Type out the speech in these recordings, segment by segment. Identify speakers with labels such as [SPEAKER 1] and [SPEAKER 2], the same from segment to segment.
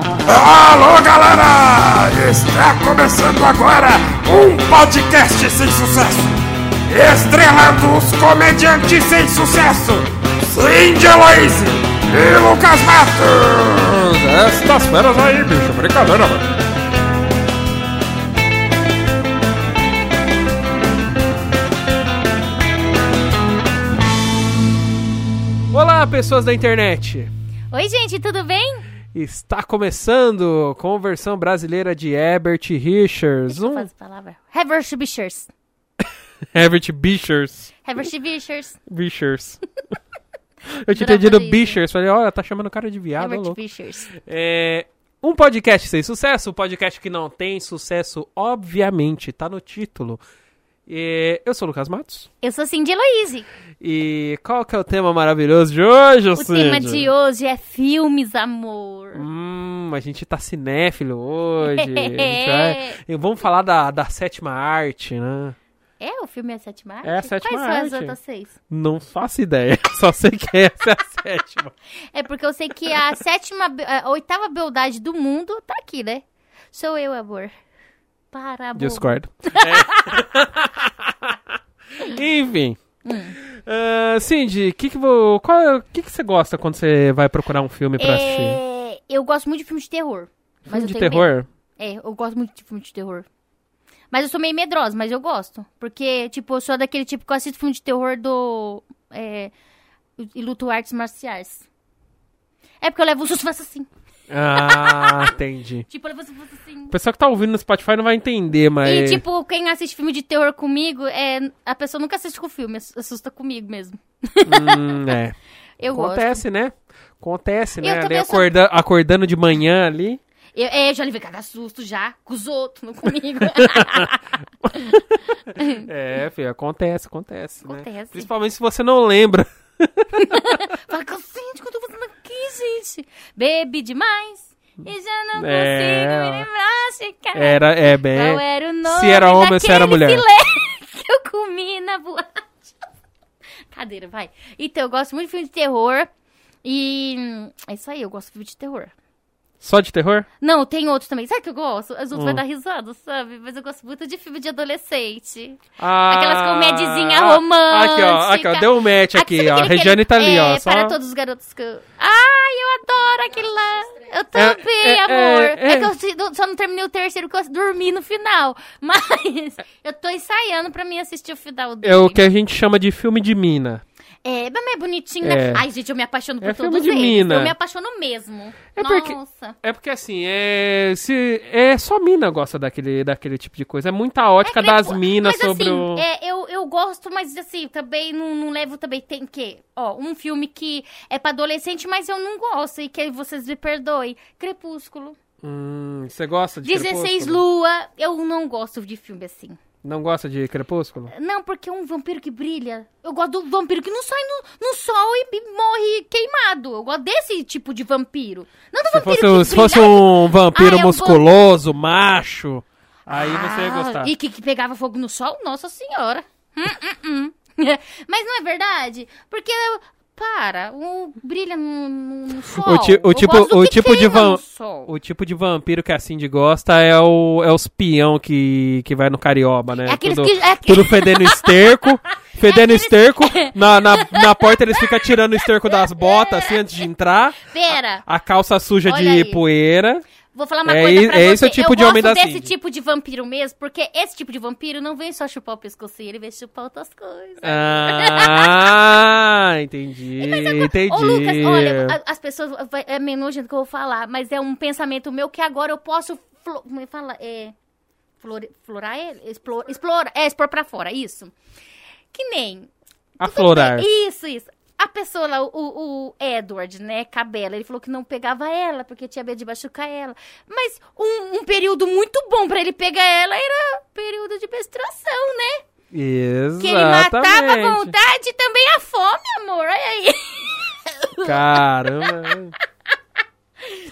[SPEAKER 1] Alô, galera! Está começando agora um podcast sem sucesso, estrelando os comediantes sem sucesso, Cindy Loise e Lucas Matos. Estas feras aí, bicho, brincadeira, mano.
[SPEAKER 2] Olá, pessoas da internet!
[SPEAKER 3] Oi, gente, tudo bem?
[SPEAKER 2] Está começando com a versão brasileira de Herbert Richards.
[SPEAKER 3] Não
[SPEAKER 2] Um
[SPEAKER 3] faz palavra. Herbert Bichers.
[SPEAKER 2] Herbert Bichers.
[SPEAKER 3] Herbert Bichers.
[SPEAKER 2] Bichers. Eu tinha entendido
[SPEAKER 3] Dramatizei.
[SPEAKER 2] Bichers. Falei, olha, tá chamando o cara de viado, é
[SPEAKER 3] Herbert
[SPEAKER 2] louco.
[SPEAKER 3] Bichers.
[SPEAKER 2] É, um podcast sem sucesso, um podcast que não tem sucesso, obviamente, tá no título. É, eu sou o Lucas Matos.
[SPEAKER 3] Eu sou Cindy Loise.
[SPEAKER 2] E qual que é o tema maravilhoso de hoje,
[SPEAKER 3] O tema de hoje é filmes, amor.
[SPEAKER 2] Hum, a gente tá cinéfilo hoje. a gente vai- e Vamos falar da, da sétima arte, né?
[SPEAKER 3] É, o filme é a sétima arte?
[SPEAKER 2] É a sétima
[SPEAKER 3] Quais são as
[SPEAKER 2] arte.
[SPEAKER 3] outras seis?
[SPEAKER 2] Não faço ideia, só sei que essa é a sétima.
[SPEAKER 3] É porque eu sei que a sétima, be- a oitava beldade do mundo tá aqui, né? Sou eu, amor. Para, amor.
[SPEAKER 2] Discordo. É. Enfim.
[SPEAKER 3] Hum.
[SPEAKER 2] Ah, Cindy, que que vo- qual- que, que você gosta quando você vai procurar um filme pra assistir?
[SPEAKER 3] É, eu gosto muito de filme de terror. Mas
[SPEAKER 2] Filme
[SPEAKER 3] eu
[SPEAKER 2] de
[SPEAKER 3] tenho
[SPEAKER 2] terror?
[SPEAKER 3] É, eu gosto muito de filme de terror. Mas eu sou meio medrosa, mas eu gosto. Porque, tipo, eu sou daquele tipo que eu assisto filme de terror do. É, e luto artes marciais. É porque eu levo um susto e faço assim.
[SPEAKER 2] Ah, entendi.
[SPEAKER 3] Tipo, eu levo um susto e faço assim.
[SPEAKER 2] O pessoal que tá ouvindo no Spotify não vai entender,
[SPEAKER 3] E,
[SPEAKER 2] mas.
[SPEAKER 3] tipo, quem assiste filme de terror comigo, é, a pessoa nunca assiste com o filme, ass- assusta comigo mesmo.
[SPEAKER 2] hum, é.
[SPEAKER 3] Eu gosto.
[SPEAKER 2] Acontece, né? Acontece,
[SPEAKER 3] Eu
[SPEAKER 2] né? Ali
[SPEAKER 3] também sou-
[SPEAKER 2] acorda- acordando de manhã ali.
[SPEAKER 3] Eu, é, eu já levei cada susto já, com os outros, não comigo.
[SPEAKER 2] É, filho, acontece, acontece. né?
[SPEAKER 3] Acontece.
[SPEAKER 2] Principalmente se você não lembra.
[SPEAKER 3] Fala, cacete, o que eu tô fazendo aqui, gente? Bebi demais e já não
[SPEAKER 2] É,
[SPEAKER 3] consigo me lembrar, chica.
[SPEAKER 2] Era, é, bem.
[SPEAKER 3] Qual era o nome
[SPEAKER 2] se era homem ou se era
[SPEAKER 3] daquele
[SPEAKER 2] mulher.
[SPEAKER 3] filé que eu comi na boate? Cadeira, vai. Então, eu gosto muito de filme de terror. E hum, é isso aí, eu gosto de filme de terror.
[SPEAKER 2] Só de terror?
[SPEAKER 3] Não, tem outros também. Sabe que eu gosto? As outras
[SPEAKER 2] Hum.
[SPEAKER 3] vai dar risada, sabe? Mas eu gosto muito de filme de adolescente.
[SPEAKER 2] Ah,
[SPEAKER 3] Aquelas comédiazinha
[SPEAKER 2] Aqui, ó, aqui, ó.
[SPEAKER 3] romântica. Ah,
[SPEAKER 2] Deu um match aqui,
[SPEAKER 3] sabe
[SPEAKER 2] ó. A
[SPEAKER 3] aquele-
[SPEAKER 2] Regiane tá ali,
[SPEAKER 3] é,
[SPEAKER 2] ó. Só...
[SPEAKER 3] Para todos os garotos que eu... Ai, eu adoro aquele lá. Eu também,
[SPEAKER 2] é,
[SPEAKER 3] amor.
[SPEAKER 2] é,
[SPEAKER 3] É,
[SPEAKER 2] é.
[SPEAKER 3] que eu se- não- só não terminei o terceiro que eu dormi no final. Mas eu tô ensaiando pra mim assistir o final dele.
[SPEAKER 2] É o que a gente chama de filme de mina.
[SPEAKER 3] É, mas é bonitinho,
[SPEAKER 2] É.
[SPEAKER 3] né? Ai, gente, eu me apaixono por
[SPEAKER 2] É filme
[SPEAKER 3] todos
[SPEAKER 2] de
[SPEAKER 3] eles.
[SPEAKER 2] mina.
[SPEAKER 3] Eu me apaixono mesmo.
[SPEAKER 2] É
[SPEAKER 3] Nossa.
[SPEAKER 2] porque- É porque assim, é. Se, é só mina gosta daquele, daquele tipo de coisa. É muita ótica
[SPEAKER 3] É
[SPEAKER 2] das
[SPEAKER 3] crepo-
[SPEAKER 2] minas
[SPEAKER 3] mas,
[SPEAKER 2] sobre
[SPEAKER 3] assim,
[SPEAKER 2] o.
[SPEAKER 3] é, eu, eu gosto, mas assim, também não, não levo também. Tem que. Ó, um filme que é pra adolescente, mas eu não gosto. E que vocês me perdoem. Crepúsculo.
[SPEAKER 2] Hum, você gosta de
[SPEAKER 3] 16
[SPEAKER 2] crepúsculo?
[SPEAKER 3] Lua, eu não gosto de filme assim.
[SPEAKER 2] Não gosta de crepúsculo?
[SPEAKER 3] Não, porque é um vampiro que brilha. Eu gosto do vampiro que não sai no, no sol e, e morre queimado. Eu gosto desse tipo de vampiro. Não do
[SPEAKER 2] Se
[SPEAKER 3] vampiro
[SPEAKER 2] fosse,
[SPEAKER 3] que
[SPEAKER 2] um-
[SPEAKER 3] brilha.
[SPEAKER 2] se fosse um vampiro
[SPEAKER 3] Ah, é um
[SPEAKER 2] musculoso, macho, aí você ia
[SPEAKER 3] Ah,
[SPEAKER 2] gostar.
[SPEAKER 3] E que, que pegava fogo no sol? Nossa senhora. Hum, hum, hum. Mas não é verdade? Porque, para, o brilha no, no- no sol.
[SPEAKER 2] O ti- o
[SPEAKER 3] Eu
[SPEAKER 2] tipo-
[SPEAKER 3] gosto do
[SPEAKER 2] o
[SPEAKER 3] que
[SPEAKER 2] tipo de
[SPEAKER 3] queima
[SPEAKER 2] van-
[SPEAKER 3] no sol.
[SPEAKER 2] O tipo de vampiro que a Cindy gosta é, o, é os peão que, que vai no carioba, né?
[SPEAKER 3] É aqueles
[SPEAKER 2] tudo,
[SPEAKER 3] que- é aqu-
[SPEAKER 2] tudo fedendo esterco. Fedendo esterco. Na, na, na porta eles ficam tirando o esterco das botas, assim, antes de entrar.
[SPEAKER 3] Pera,
[SPEAKER 2] A calça suja
[SPEAKER 3] Olha
[SPEAKER 2] de
[SPEAKER 3] aí.
[SPEAKER 2] poeira.
[SPEAKER 3] vou falar uma
[SPEAKER 2] É
[SPEAKER 3] coisa
[SPEAKER 2] i-
[SPEAKER 3] pra
[SPEAKER 2] é
[SPEAKER 3] você.
[SPEAKER 2] esse o tipo
[SPEAKER 3] eu
[SPEAKER 2] de homem
[SPEAKER 3] gosto
[SPEAKER 2] da
[SPEAKER 3] desse
[SPEAKER 2] Cindy.
[SPEAKER 3] tipo de vampiro mesmo, porque esse tipo de vampiro não vem só chupar o pescoço, ele vem chupar outras coisas.
[SPEAKER 2] Ah, entendi. Entendi.
[SPEAKER 3] é Ô, Lucas, olha, a- as pessoas. vai- É meio nojento que eu vou falar, mas é um pensamento meu que agora eu posso. flo- Como é que fala? É. flore- florar ele? Explora, explora. É, expor pra fora, isso. Que nem.
[SPEAKER 2] Aflorar.
[SPEAKER 3] Isso, isso. A pessoa lá, o, o Edward, né, Cabela, ele falou que não pegava ela, porque tinha medo de machucar ela. Mas um, um período muito bom pra ele pegar ela era período de menstruação, né?
[SPEAKER 2] Exatamente.
[SPEAKER 3] Que ele matava a vontade e também a fome, amor. Olha aí.
[SPEAKER 2] Caramba.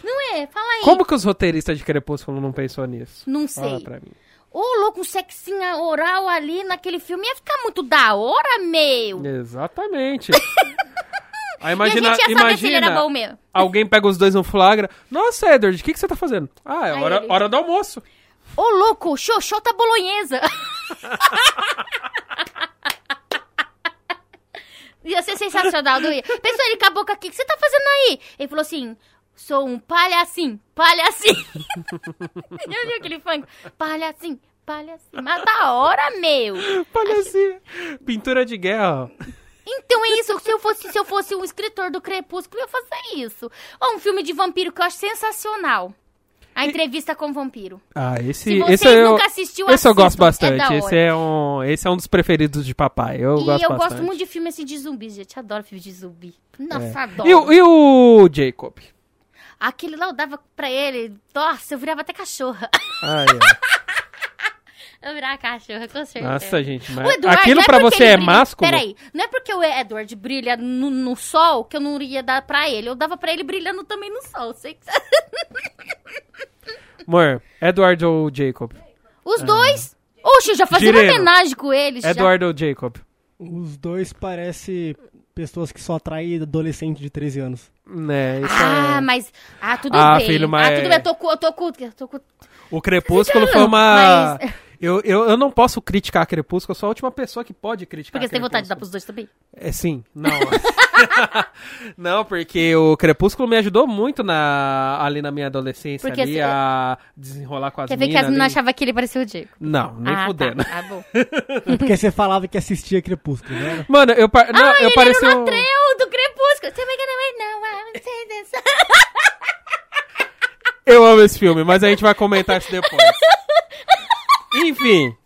[SPEAKER 3] Não é? Fala aí.
[SPEAKER 2] Como que os roteiristas de Crepúsculo não pensou nisso?
[SPEAKER 3] Não
[SPEAKER 2] Fala
[SPEAKER 3] sei.
[SPEAKER 2] pra mim.
[SPEAKER 3] Ô, louco, um sexinho oral ali naquele filme ia ficar muito da hora, meu.
[SPEAKER 2] Exatamente. Aí imagina,
[SPEAKER 3] e a gente ia saber
[SPEAKER 2] imagina
[SPEAKER 3] se ele era bom mesmo.
[SPEAKER 2] alguém pega os dois no flagra. Nossa, Edward, o que, que você tá fazendo? Ah, é
[SPEAKER 3] Aí
[SPEAKER 2] hora,
[SPEAKER 3] ele-
[SPEAKER 2] hora do almoço.
[SPEAKER 3] Ô, louco, xoxota bolonhesa. Ia ser sensacional, não ia. Pensou ele com a boca aqui, o que você tá fazendo aí? Ele falou assim, sou um palhacim, palhacim. Já viu aquele funk? Palhacim, palhacim. Mas da hora, meu.
[SPEAKER 2] Parece pintura de guerra. ó.
[SPEAKER 3] Então é isso, se eu fosse, se eu fosse um escritor do Crepúsculo, eu ia fazer isso. Ou um filme de vampiro que eu acho sensacional. A entrevista com o vampiro.
[SPEAKER 2] Ah, esse,
[SPEAKER 3] Se vocês
[SPEAKER 2] esse eu,
[SPEAKER 3] nunca assistiu,
[SPEAKER 2] esse eu gosto
[SPEAKER 3] assistam, é
[SPEAKER 2] bastante.
[SPEAKER 3] da
[SPEAKER 2] esse
[SPEAKER 3] hora.
[SPEAKER 2] é um, esse é um dos preferidos de papai. Eu
[SPEAKER 3] e
[SPEAKER 2] gosto
[SPEAKER 3] eu
[SPEAKER 2] bastante. É.
[SPEAKER 3] gosto muito de filme assim de zumbi, gente. Adoro filme de zumbi. Nossa, adoro.
[SPEAKER 2] E, o- e o Jacob?
[SPEAKER 3] Aquele lá eu dava pra ele. Nossa, eu virava até cachorra.
[SPEAKER 2] Ah, é.
[SPEAKER 3] Eu virava cachorra, com certeza.
[SPEAKER 2] Nossa, gente, mas
[SPEAKER 3] O Eduardo,
[SPEAKER 2] aquilo
[SPEAKER 3] não é
[SPEAKER 2] pra
[SPEAKER 3] porque
[SPEAKER 2] você
[SPEAKER 3] ele
[SPEAKER 2] é
[SPEAKER 3] brilha-
[SPEAKER 2] másculo?
[SPEAKER 3] Peraí, não é porque o Edward brilha no, no sol que eu não ia dar pra ele. Eu dava pra ele brilhando também no sol. Sei que-
[SPEAKER 2] Amor, Edward ou Jacob?
[SPEAKER 3] Os dois. Oxe, eu já fazia uma
[SPEAKER 2] Gireno.
[SPEAKER 3] homenagem com eles. já.
[SPEAKER 2] Edward ou Jacob?
[SPEAKER 4] Os dois parecem pessoas que só atraem adolescente de 13 anos.
[SPEAKER 2] Né, isso
[SPEAKER 3] Ah,
[SPEAKER 2] é...
[SPEAKER 3] mas. Ah, tudo
[SPEAKER 2] Ah,
[SPEAKER 3] bem.
[SPEAKER 2] filho, mas-
[SPEAKER 3] Ah, tudo bem. Eu tô com. Eu tô com. Eu tô com...
[SPEAKER 2] O Crepúsculo foi uma...
[SPEAKER 3] Mas-
[SPEAKER 2] Eu, eu, eu não posso criticar Crepúsculo, eu sou a última pessoa que pode criticar
[SPEAKER 3] Porque você tem vontade de dar
[SPEAKER 2] Crepúsculo.
[SPEAKER 3] pros dois também?
[SPEAKER 2] É sim, não. não, porque o Crepúsculo me ajudou muito na, ali na minha adolescência,
[SPEAKER 3] Porque
[SPEAKER 2] ali
[SPEAKER 3] se-
[SPEAKER 2] a desenrolar com as
[SPEAKER 3] Quer ver que as
[SPEAKER 2] minas.
[SPEAKER 3] meninas
[SPEAKER 2] ali.
[SPEAKER 3] achavam que ele parecia o Diego?
[SPEAKER 2] Não, nem
[SPEAKER 3] ah,
[SPEAKER 2] fudendo.
[SPEAKER 3] Tá, tá bom.
[SPEAKER 4] É porque você falava que assistia Crepúsculo, né?
[SPEAKER 2] Mano, eu, par... não,
[SPEAKER 3] Ah,
[SPEAKER 2] eu
[SPEAKER 3] ele
[SPEAKER 2] parecia
[SPEAKER 3] era o
[SPEAKER 2] um-
[SPEAKER 3] Natreu do Crepúsculo. Você vai ganhar mais não, ah, não sei dessa.
[SPEAKER 2] Eu amo esse filme, mas a gente vai comentar isso depois. Enfim,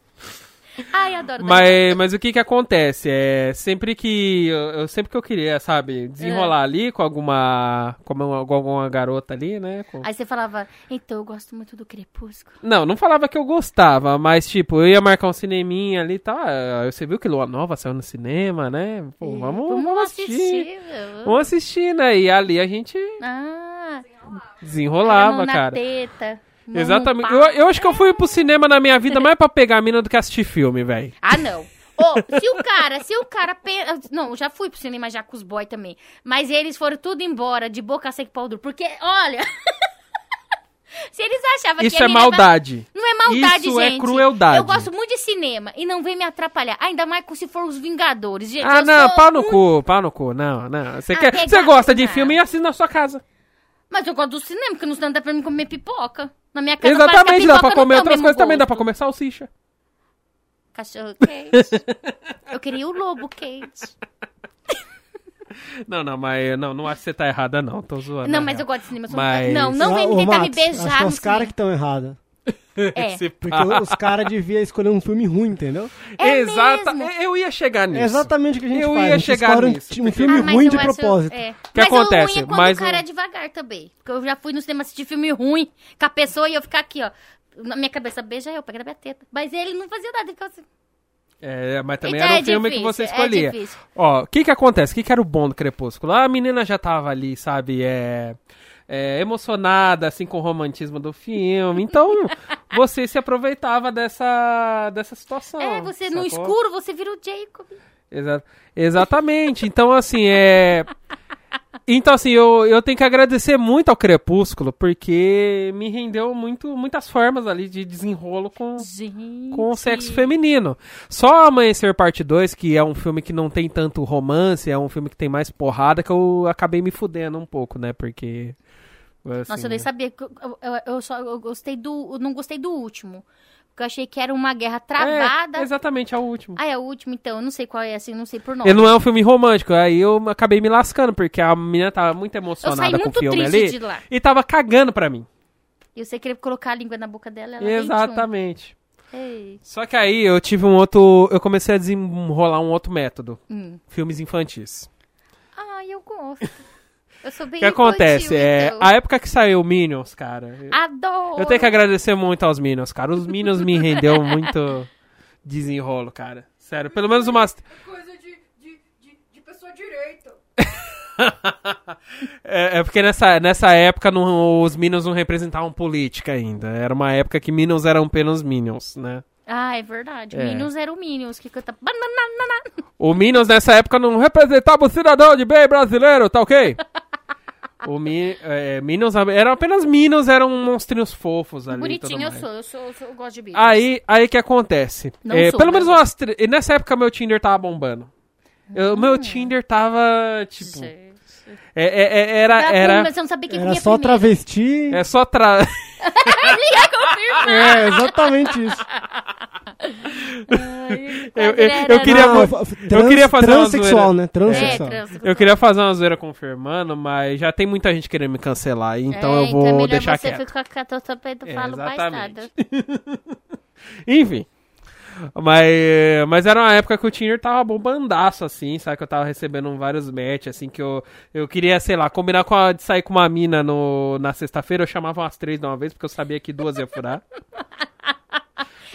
[SPEAKER 3] Ai, adoro.
[SPEAKER 2] mas, mas o que que acontece? É sempre que eu, eu- sempre que eu queria, sabe, desenrolar ali com alguma com uma- com alguma garota ali, né? com-
[SPEAKER 3] Aí você falava, então eu gosto muito do Crepúsculo.
[SPEAKER 2] Não, não falava que eu gostava, mas tipo, eu ia marcar um cineminha ali e tal. ah, Você viu que Lua Nova saiu no cinema, né? Pô, vamos, vamos assistir.
[SPEAKER 3] meu.
[SPEAKER 2] Vamos assistir, né? E ali a gente
[SPEAKER 3] Ah, era
[SPEAKER 2] desenrolava,
[SPEAKER 3] mão na
[SPEAKER 2] cara.
[SPEAKER 3] Teta, mão no
[SPEAKER 2] Exatamente.
[SPEAKER 3] pau.
[SPEAKER 2] Eu, eu acho que eu fui pro cinema na minha vida mais pra pegar a mina do que assistir filme, velho.
[SPEAKER 3] Ah, não. Ô, se o cara, se o cara. pe- Não, já fui pro cinema já com os boy também. Mas eles foram tudo embora, de boca seca e pau duro. Porque, olha. se eles achavam que.
[SPEAKER 2] Isso
[SPEAKER 3] a
[SPEAKER 2] é
[SPEAKER 3] menina vai-
[SPEAKER 2] maldade.
[SPEAKER 3] Não é maldade,
[SPEAKER 2] Isso é
[SPEAKER 3] gente.
[SPEAKER 2] crueldade.
[SPEAKER 3] Eu gosto muito de cinema e não vem me atrapalhar. Ainda mais se for os Vingadores, gente.
[SPEAKER 2] Ah,
[SPEAKER 3] eu
[SPEAKER 2] não,
[SPEAKER 3] sou
[SPEAKER 2] pau no
[SPEAKER 3] muito-
[SPEAKER 2] cu, pau no cu. Não, não. Você
[SPEAKER 3] Ah,
[SPEAKER 2] quer-
[SPEAKER 3] pegar-
[SPEAKER 2] você gosta de
[SPEAKER 3] Ah.
[SPEAKER 2] filme e assina na sua casa.
[SPEAKER 3] Mas eu gosto do cinema, porque não dá pra mim comer pipoca. Na minha casa parece
[SPEAKER 2] Exatamente,
[SPEAKER 3] que a
[SPEAKER 2] dá
[SPEAKER 3] pipoca
[SPEAKER 2] pra
[SPEAKER 3] não
[SPEAKER 2] comer
[SPEAKER 3] tem o
[SPEAKER 2] outras
[SPEAKER 3] mesmo
[SPEAKER 2] coisas também, dá pra
[SPEAKER 3] gosto.
[SPEAKER 2] comer salsicha.
[SPEAKER 3] Cachorro quente. eu queria o lobo quente.
[SPEAKER 2] Não, não, mas não, não acho que você tá errada, não. Tô zoando.
[SPEAKER 3] Não,
[SPEAKER 2] na
[SPEAKER 3] mas
[SPEAKER 2] real.
[SPEAKER 3] eu gosto de cinema. eu sou
[SPEAKER 2] Mas-
[SPEAKER 3] muito- Não, não vem
[SPEAKER 4] Ah, Ô,
[SPEAKER 3] tentar me
[SPEAKER 4] Matos, Acho
[SPEAKER 3] beijar.
[SPEAKER 4] que é
[SPEAKER 3] no
[SPEAKER 4] os caras que
[SPEAKER 3] cinema.
[SPEAKER 4] estão errados.
[SPEAKER 3] É.
[SPEAKER 2] Esse
[SPEAKER 4] Porque
[SPEAKER 2] pá.
[SPEAKER 4] os caras deviam escolher um filme ruim, entendeu?
[SPEAKER 3] É
[SPEAKER 2] Exata...
[SPEAKER 3] mesmo.
[SPEAKER 2] Eu ia chegar nisso.
[SPEAKER 4] É exatamente o que a gente
[SPEAKER 2] Eu
[SPEAKER 4] faz.
[SPEAKER 2] ia
[SPEAKER 4] a gente
[SPEAKER 2] chegar
[SPEAKER 4] escolhe um
[SPEAKER 2] nisso,
[SPEAKER 4] ti- um
[SPEAKER 2] porque-
[SPEAKER 4] filme
[SPEAKER 3] Ah, mas
[SPEAKER 4] ruim
[SPEAKER 3] eu
[SPEAKER 4] de
[SPEAKER 3] acho-
[SPEAKER 4] propósito.
[SPEAKER 3] é.
[SPEAKER 2] que
[SPEAKER 3] mas
[SPEAKER 2] acontece?
[SPEAKER 3] o ruim é quando
[SPEAKER 2] Mas
[SPEAKER 3] o cara
[SPEAKER 2] o-
[SPEAKER 3] é devagar também. Porque eu já fui no cinema assistir filme ruim com a pessoa e eu ficar aqui, ó. Na minha cabeça, beija eu, pega na minha teta. Mas ele não fazia nada, ele ficava assim.
[SPEAKER 2] É, mas também
[SPEAKER 3] Então
[SPEAKER 2] era
[SPEAKER 3] é
[SPEAKER 2] o filme que
[SPEAKER 3] difícil,
[SPEAKER 2] você
[SPEAKER 3] é
[SPEAKER 2] escolhia.
[SPEAKER 3] difícil.
[SPEAKER 2] Ó, o que que acontece? O que que era o bom do Crepúsculo? Ah, A menina já tava ali, sabe, é, é, emocionada, assim, com o romantismo do filme. Então, você se aproveitava dessa, dessa situação.
[SPEAKER 3] É, você no
[SPEAKER 2] sacou?
[SPEAKER 3] escuro, você vira o Jacob.
[SPEAKER 2] Exa- exatamente. Então, assim, é. Então, assim, eu, eu tenho que agradecer muito ao Crepúsculo, porque me rendeu muito, muitas formas ali de desenrolo com,
[SPEAKER 3] Gente.
[SPEAKER 2] com o sexo feminino. Só Amanhecer Parte 2, que é um filme que não tem tanto romance, é um filme que tem mais porrada, que eu acabei me fudendo um pouco, né? Porque. assim,
[SPEAKER 3] Nossa, eu nem sabia. que Eu, eu- eu só eu gostei do. Eu não gostei do último. Porque eu achei que era uma guerra travada.
[SPEAKER 2] É, exatamente, é o último.
[SPEAKER 3] Ah, é o último, então. Eu não sei qual é, assim, eu não sei por nome.
[SPEAKER 2] Ele não é um filme romântico, aí eu acabei me lascando, porque a menina tava muito
[SPEAKER 3] Eu saí
[SPEAKER 2] emocionada com o
[SPEAKER 3] muito
[SPEAKER 2] filme ali.
[SPEAKER 3] triste de lá.
[SPEAKER 2] E tava cagando pra mim.
[SPEAKER 3] Eu sei que ele colocar a língua na boca dela. Ela um-
[SPEAKER 2] Exatamente.
[SPEAKER 3] dente um. Ei.
[SPEAKER 2] Só que aí eu tive um outro. Eu comecei a desenrolar um outro método.
[SPEAKER 3] Hum.
[SPEAKER 2] Filmes infantis.
[SPEAKER 3] Ai, eu gosto. Eu sou bem
[SPEAKER 2] O que acontece?
[SPEAKER 3] infantil,
[SPEAKER 2] É,
[SPEAKER 3] então.
[SPEAKER 2] a época que saiu Minions, cara. eu-
[SPEAKER 3] Adoro.
[SPEAKER 2] Eu tenho que agradecer muito aos Minions, cara. Os Minions me rendeu muito desenrolo, cara. Sério, pelo menos umas.
[SPEAKER 5] coisa de, de, de, de pessoa direita.
[SPEAKER 2] É, é porque nessa, nessa época não- os Minions não representavam política ainda. Era uma época que Minions eram apenas Minions, né?
[SPEAKER 3] Ah, é verdade.
[SPEAKER 2] É.
[SPEAKER 3] Minions era o Minions que canta. bananana.
[SPEAKER 2] O Minions nessa época não representava o cidadão de bem brasileiro, tá ok? o Mi- é, Minions eram apenas Minions, eram monstrinhos fofos ali. e tudo
[SPEAKER 3] Bonitinho eu
[SPEAKER 2] mais.
[SPEAKER 3] sou, eu sou, eu sou- eu gosto de bicho.
[SPEAKER 2] Aí, aí que acontece.
[SPEAKER 3] Não
[SPEAKER 2] É,
[SPEAKER 3] sou,
[SPEAKER 2] pelo
[SPEAKER 3] né?
[SPEAKER 2] menos umas. tre- e Nessa época meu Tinder tava bombando. O
[SPEAKER 3] Ah.
[SPEAKER 2] meu Tinder tava, tipo. é- é- é- era. era
[SPEAKER 3] Tá, Mas você não sabia quem
[SPEAKER 4] Era
[SPEAKER 3] comia
[SPEAKER 4] só
[SPEAKER 3] primeiro.
[SPEAKER 4] travesti.
[SPEAKER 2] é só tra...
[SPEAKER 3] Ninguém confirma.
[SPEAKER 4] É, exatamente isso.
[SPEAKER 2] Eu- eu- eu queria-
[SPEAKER 4] Ah, f-
[SPEAKER 2] eu queria fazer uma
[SPEAKER 4] Transsexual,
[SPEAKER 2] zoeira.
[SPEAKER 4] né?
[SPEAKER 3] É,
[SPEAKER 4] Transsexual.
[SPEAKER 3] trans.
[SPEAKER 2] Eu queria fazer uma zoeira confirmando, mas já tem muita gente querendo me cancelar, então
[SPEAKER 3] É,
[SPEAKER 2] eu vou
[SPEAKER 3] então é melhor
[SPEAKER 2] deixar
[SPEAKER 3] você
[SPEAKER 2] quieto.
[SPEAKER 3] ficar com a tua tapeta,
[SPEAKER 2] É,
[SPEAKER 3] falo mais
[SPEAKER 2] exatamente.
[SPEAKER 3] nada.
[SPEAKER 2] Enfim. Mas, mas era uma época que o Tinder tava bombandaço, assim, sabe? Que eu tava recebendo vários match, assim, que eu, eu queria, sei lá, combinar com a, de sair com uma mina no, na sexta-feira, eu chamava umas três de uma vez, porque eu sabia que duas ia furar.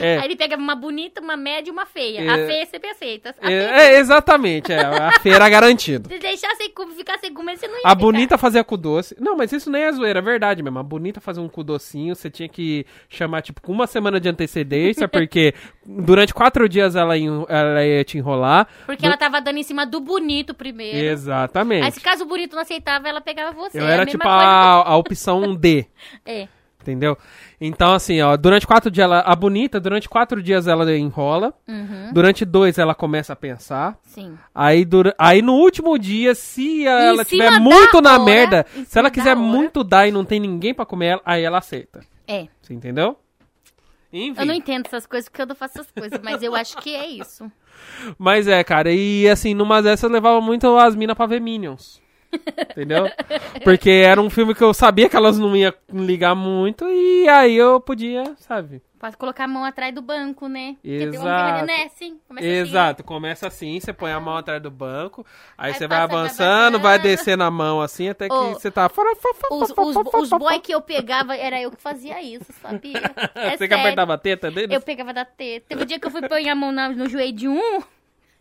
[SPEAKER 3] Aí ele pega uma bonita, uma média e uma feia.
[SPEAKER 2] É.
[SPEAKER 3] A feia sempre aceita. A
[SPEAKER 2] É,
[SPEAKER 3] feia-
[SPEAKER 2] é, exatamente, é, a feira garantido.
[SPEAKER 3] Se deixar sem cu, ficar sem cu, mas você não ia
[SPEAKER 2] A
[SPEAKER 3] ficar.
[SPEAKER 2] bonita fazia cu doce. Não, mas isso nem é zoeira, é verdade mesmo. A bonita fazia um cu docinho, você tinha que chamar, tipo, com uma semana de antecedência, porque durante quatro dias ela, ia- ela ia te enrolar.
[SPEAKER 3] Porque ela tava dando em cima do bonito primeiro.
[SPEAKER 2] Exatamente.
[SPEAKER 3] Aí se caso o bonito não aceitava, ela pegava você.
[SPEAKER 2] Eu
[SPEAKER 3] É a
[SPEAKER 2] era
[SPEAKER 3] mesma
[SPEAKER 2] tipo
[SPEAKER 3] coisa.
[SPEAKER 2] a, a opção D,
[SPEAKER 3] É.
[SPEAKER 2] entendeu? Então, assim, ó, durante quatro dias, ela, a bonita, durante quatro dias ela enrola,
[SPEAKER 3] Uhum,
[SPEAKER 2] durante dois ela começa a pensar,
[SPEAKER 3] sim.
[SPEAKER 2] aí, dura, aí no último dia, se a-
[SPEAKER 3] Em
[SPEAKER 2] ela
[SPEAKER 3] cima
[SPEAKER 2] tiver
[SPEAKER 3] da
[SPEAKER 2] muito na
[SPEAKER 3] hora,
[SPEAKER 2] merda,
[SPEAKER 3] em
[SPEAKER 2] se ela
[SPEAKER 3] cima
[SPEAKER 2] quiser
[SPEAKER 3] da hora.
[SPEAKER 2] muito dar e não tem ninguém pra comer ela, aí ela aceita,
[SPEAKER 3] É.
[SPEAKER 2] você entendeu? Enfim,
[SPEAKER 3] Eu não entendo essas coisas porque eu não faço essas coisas, mas eu acho que é isso.
[SPEAKER 2] mas é, cara, e assim, numa dessas eu levava muito as minas pra ver Minions. Entendeu? Porque era um filme que eu sabia que elas não iam ligar muito, e aí eu podia, sabe?
[SPEAKER 3] Pode colocar a mão atrás do banco, né? Porque tem um
[SPEAKER 2] Exato.
[SPEAKER 3] vermelho, né? Sim. Começa assim.
[SPEAKER 2] Exato, começa assim, você põe a mão atrás do banco, aí
[SPEAKER 3] Aí
[SPEAKER 2] você vai
[SPEAKER 3] passa, vai
[SPEAKER 2] avançando,
[SPEAKER 3] avançando.
[SPEAKER 2] vai descendo a mão assim, até que
[SPEAKER 3] Ô,
[SPEAKER 2] você tá...
[SPEAKER 3] Os, os, os boy que eu pegava, era eu que fazia isso, sabia? É
[SPEAKER 2] Você que
[SPEAKER 3] sério.
[SPEAKER 2] apertava a teta dele?
[SPEAKER 3] Eu pegava da teta. Teve um dia que eu fui pôr a mão na- no joelho de um.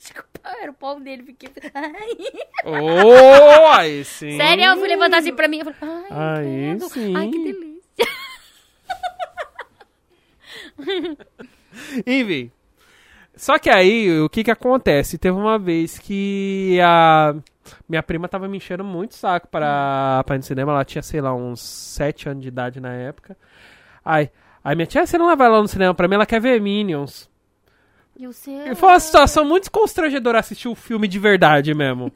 [SPEAKER 3] Acho que o pau era o pau dele. Fiquei... assim, Ai.
[SPEAKER 2] Oh, aí sim.
[SPEAKER 3] Sério, eu fui levantar assim pra mim. Eu falei, ai,
[SPEAKER 2] Aí
[SPEAKER 3] credo.
[SPEAKER 2] sim.
[SPEAKER 3] Ai, que delícia.
[SPEAKER 2] Enfim. Só que aí, o que que acontece? Teve uma vez que a minha prima tava me enchendo muito o saco
[SPEAKER 3] Hum.
[SPEAKER 2] pra, pra ir no cinema. Ela tinha, sei lá, uns 7 anos de idade na época. Aí, aí minha tia, "Ah, você não vai lá no cinema pra mim? Ela quer ver Minions.
[SPEAKER 3] E o seu?
[SPEAKER 2] E foi uma situação muito constrangedora assistir o filme de verdade mesmo.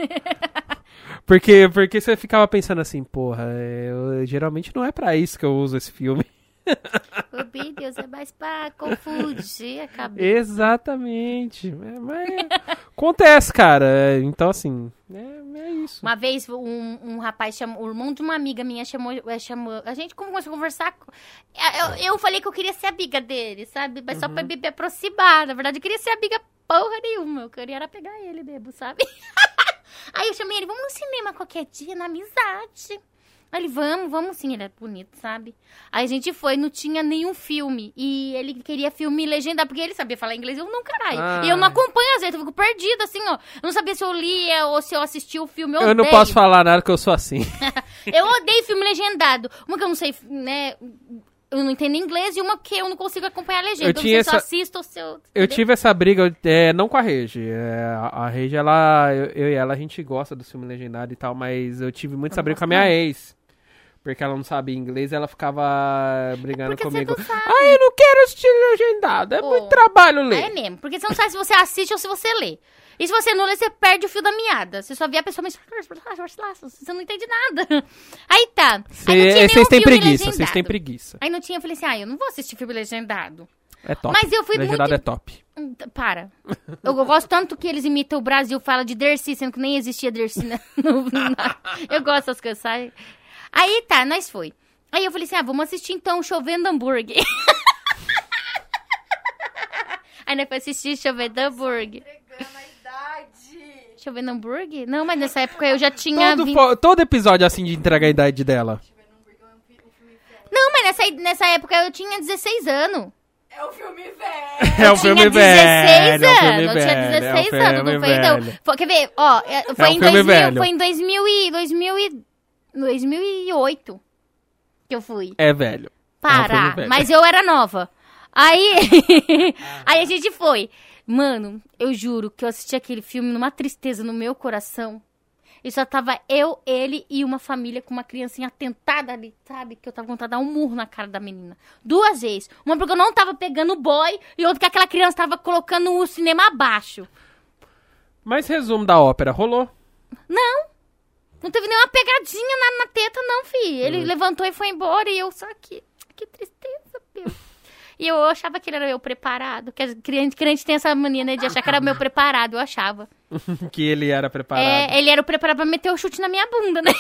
[SPEAKER 2] Porque, porque você ficava pensando assim, porra, eu- geralmente não é pra isso que eu uso esse filme.
[SPEAKER 3] Ô, bem Deus, é mais pra confundir a cabeça.
[SPEAKER 2] Exatamente. É, mas acontece, cara. É, Então, assim, é, é isso.
[SPEAKER 3] Uma vez um, um rapaz chamou, o irmão de uma amiga minha chamou, eh, chamou a gente como- começou a conversar. co- eh, Eu, eu falei que eu queria ser amiga dele, sabe? Mas só pra me me aproximar. Na verdade, eu queria ser amiga porra nenhuma. Eu queria era pegar ele mesmo, sabe? Aí eu chamei ele, vamos no cinema qualquer dia, na amizade. Aí ele, vamos, vamos sim, ele é bonito, sabe? Aí a gente foi, não tinha nenhum filme. E ele queria filme legendado, porque ele sabia falar inglês, eu não, caralho. E eu não
[SPEAKER 2] Ah.
[SPEAKER 3] acompanho às vezes, eu fico perdida, assim, ó. Eu não sabia se eu lia ou se eu assistia o filme. Eu,
[SPEAKER 2] Eu não
[SPEAKER 3] odeio.
[SPEAKER 2] posso falar nada que eu sou assim.
[SPEAKER 3] Eu odeio filme legendado. Uma que eu não sei, né? Eu não entendo inglês e uma que eu não consigo acompanhar a legenda.
[SPEAKER 2] Eu
[SPEAKER 3] Eu, não
[SPEAKER 2] tinha
[SPEAKER 3] sei se eu
[SPEAKER 2] essa-
[SPEAKER 3] assisto ou se eu.
[SPEAKER 2] Eu
[SPEAKER 3] entendeu?
[SPEAKER 2] tive essa briga, é, não com a Regi. é, a a Regi, ela, eu, eu e ela, a gente gosta do filme legendado e tal, mas eu tive
[SPEAKER 3] Tá
[SPEAKER 2] muito essa briga com a minha ex. Porque ela não sabia inglês, ela ficava brigando
[SPEAKER 3] Porque
[SPEAKER 2] comigo.
[SPEAKER 3] você não sabe.
[SPEAKER 2] Ah, eu não quero assistir legendado, é
[SPEAKER 3] Pô.
[SPEAKER 2] muito trabalho
[SPEAKER 3] É
[SPEAKER 2] ler.
[SPEAKER 3] mesmo. Porque você não sabe se você assiste ou se você lê. E se você não lê, você perde o fio da meada. Você só vê a pessoa, mas você não entende nada. Aí tá. Aí
[SPEAKER 2] Cê-
[SPEAKER 3] não
[SPEAKER 2] Vocês
[SPEAKER 3] tinha
[SPEAKER 2] têm
[SPEAKER 3] nenhum filme
[SPEAKER 2] preguiça, vocês têm
[SPEAKER 3] legendado.
[SPEAKER 2] preguiça.
[SPEAKER 3] Aí não tinha, eu falei assim, ah, eu não vou assistir filme legendado.
[SPEAKER 2] É top.
[SPEAKER 3] Mas eu fui
[SPEAKER 2] legendado
[SPEAKER 3] muito-
[SPEAKER 2] é top.
[SPEAKER 3] Hum, t- Para. Eu, eu gosto tanto que eles imitam o Brasil, fala de Dercy, sendo que nem existia Dercy. né? na- no- na- eu gosto das coisas, sabe? Aí tá, nós foi. Aí eu falei assim, ah, vamos assistir então Chovendo Hambúrguer. Aí nós foi assistir Chovendo Hambúrguer.
[SPEAKER 5] Entregando a idade.
[SPEAKER 3] Chovendo Hambúrguer? Não, mas nessa época eu já tinha...
[SPEAKER 2] Todo,
[SPEAKER 3] vinte-
[SPEAKER 2] po- todo episódio assim de entrega a idade dela.
[SPEAKER 3] Não, mas nessa, nessa época eu tinha 16 anos.
[SPEAKER 5] É o filme velho.
[SPEAKER 2] É
[SPEAKER 3] eu tinha 16 anos. Eu tinha 16 anos, não foi então. Foi- Quer ver, ó, é, foi,
[SPEAKER 2] É um
[SPEAKER 3] em
[SPEAKER 2] filme
[SPEAKER 3] 2000,
[SPEAKER 2] velho.
[SPEAKER 3] foi em 2000 e, 2000 e 2008 que eu fui
[SPEAKER 2] É velho.
[SPEAKER 3] parar.
[SPEAKER 2] velho.
[SPEAKER 3] mas eu era nova. Aí, aí a gente foi. Mano, eu juro que eu assisti aquele filme numa tristeza no meu coração. E só tava eu, ele e uma família com uma criancinha atentada ali, sabe? Que eu tava com vontade de dar um murro na cara da menina. Duas vezes. Uma porque eu não tava pegando o boy e outra porque aquela criança tava colocando o cinema abaixo.
[SPEAKER 2] Mas resumo da ópera, rolou.
[SPEAKER 3] Não. Não teve nenhuma pegadinha na, na teta, não, fi. Ele
[SPEAKER 2] Uhum.
[SPEAKER 3] levantou e foi embora e eu só que. Que tristeza, meu. E eu achava que ele era meu preparado. Que a crente, crente tem essa mania, né, de achar que era meu preparado. Eu achava.
[SPEAKER 2] que ele era preparado.
[SPEAKER 3] É, ele era o preparado pra meter o chute na minha bunda, né?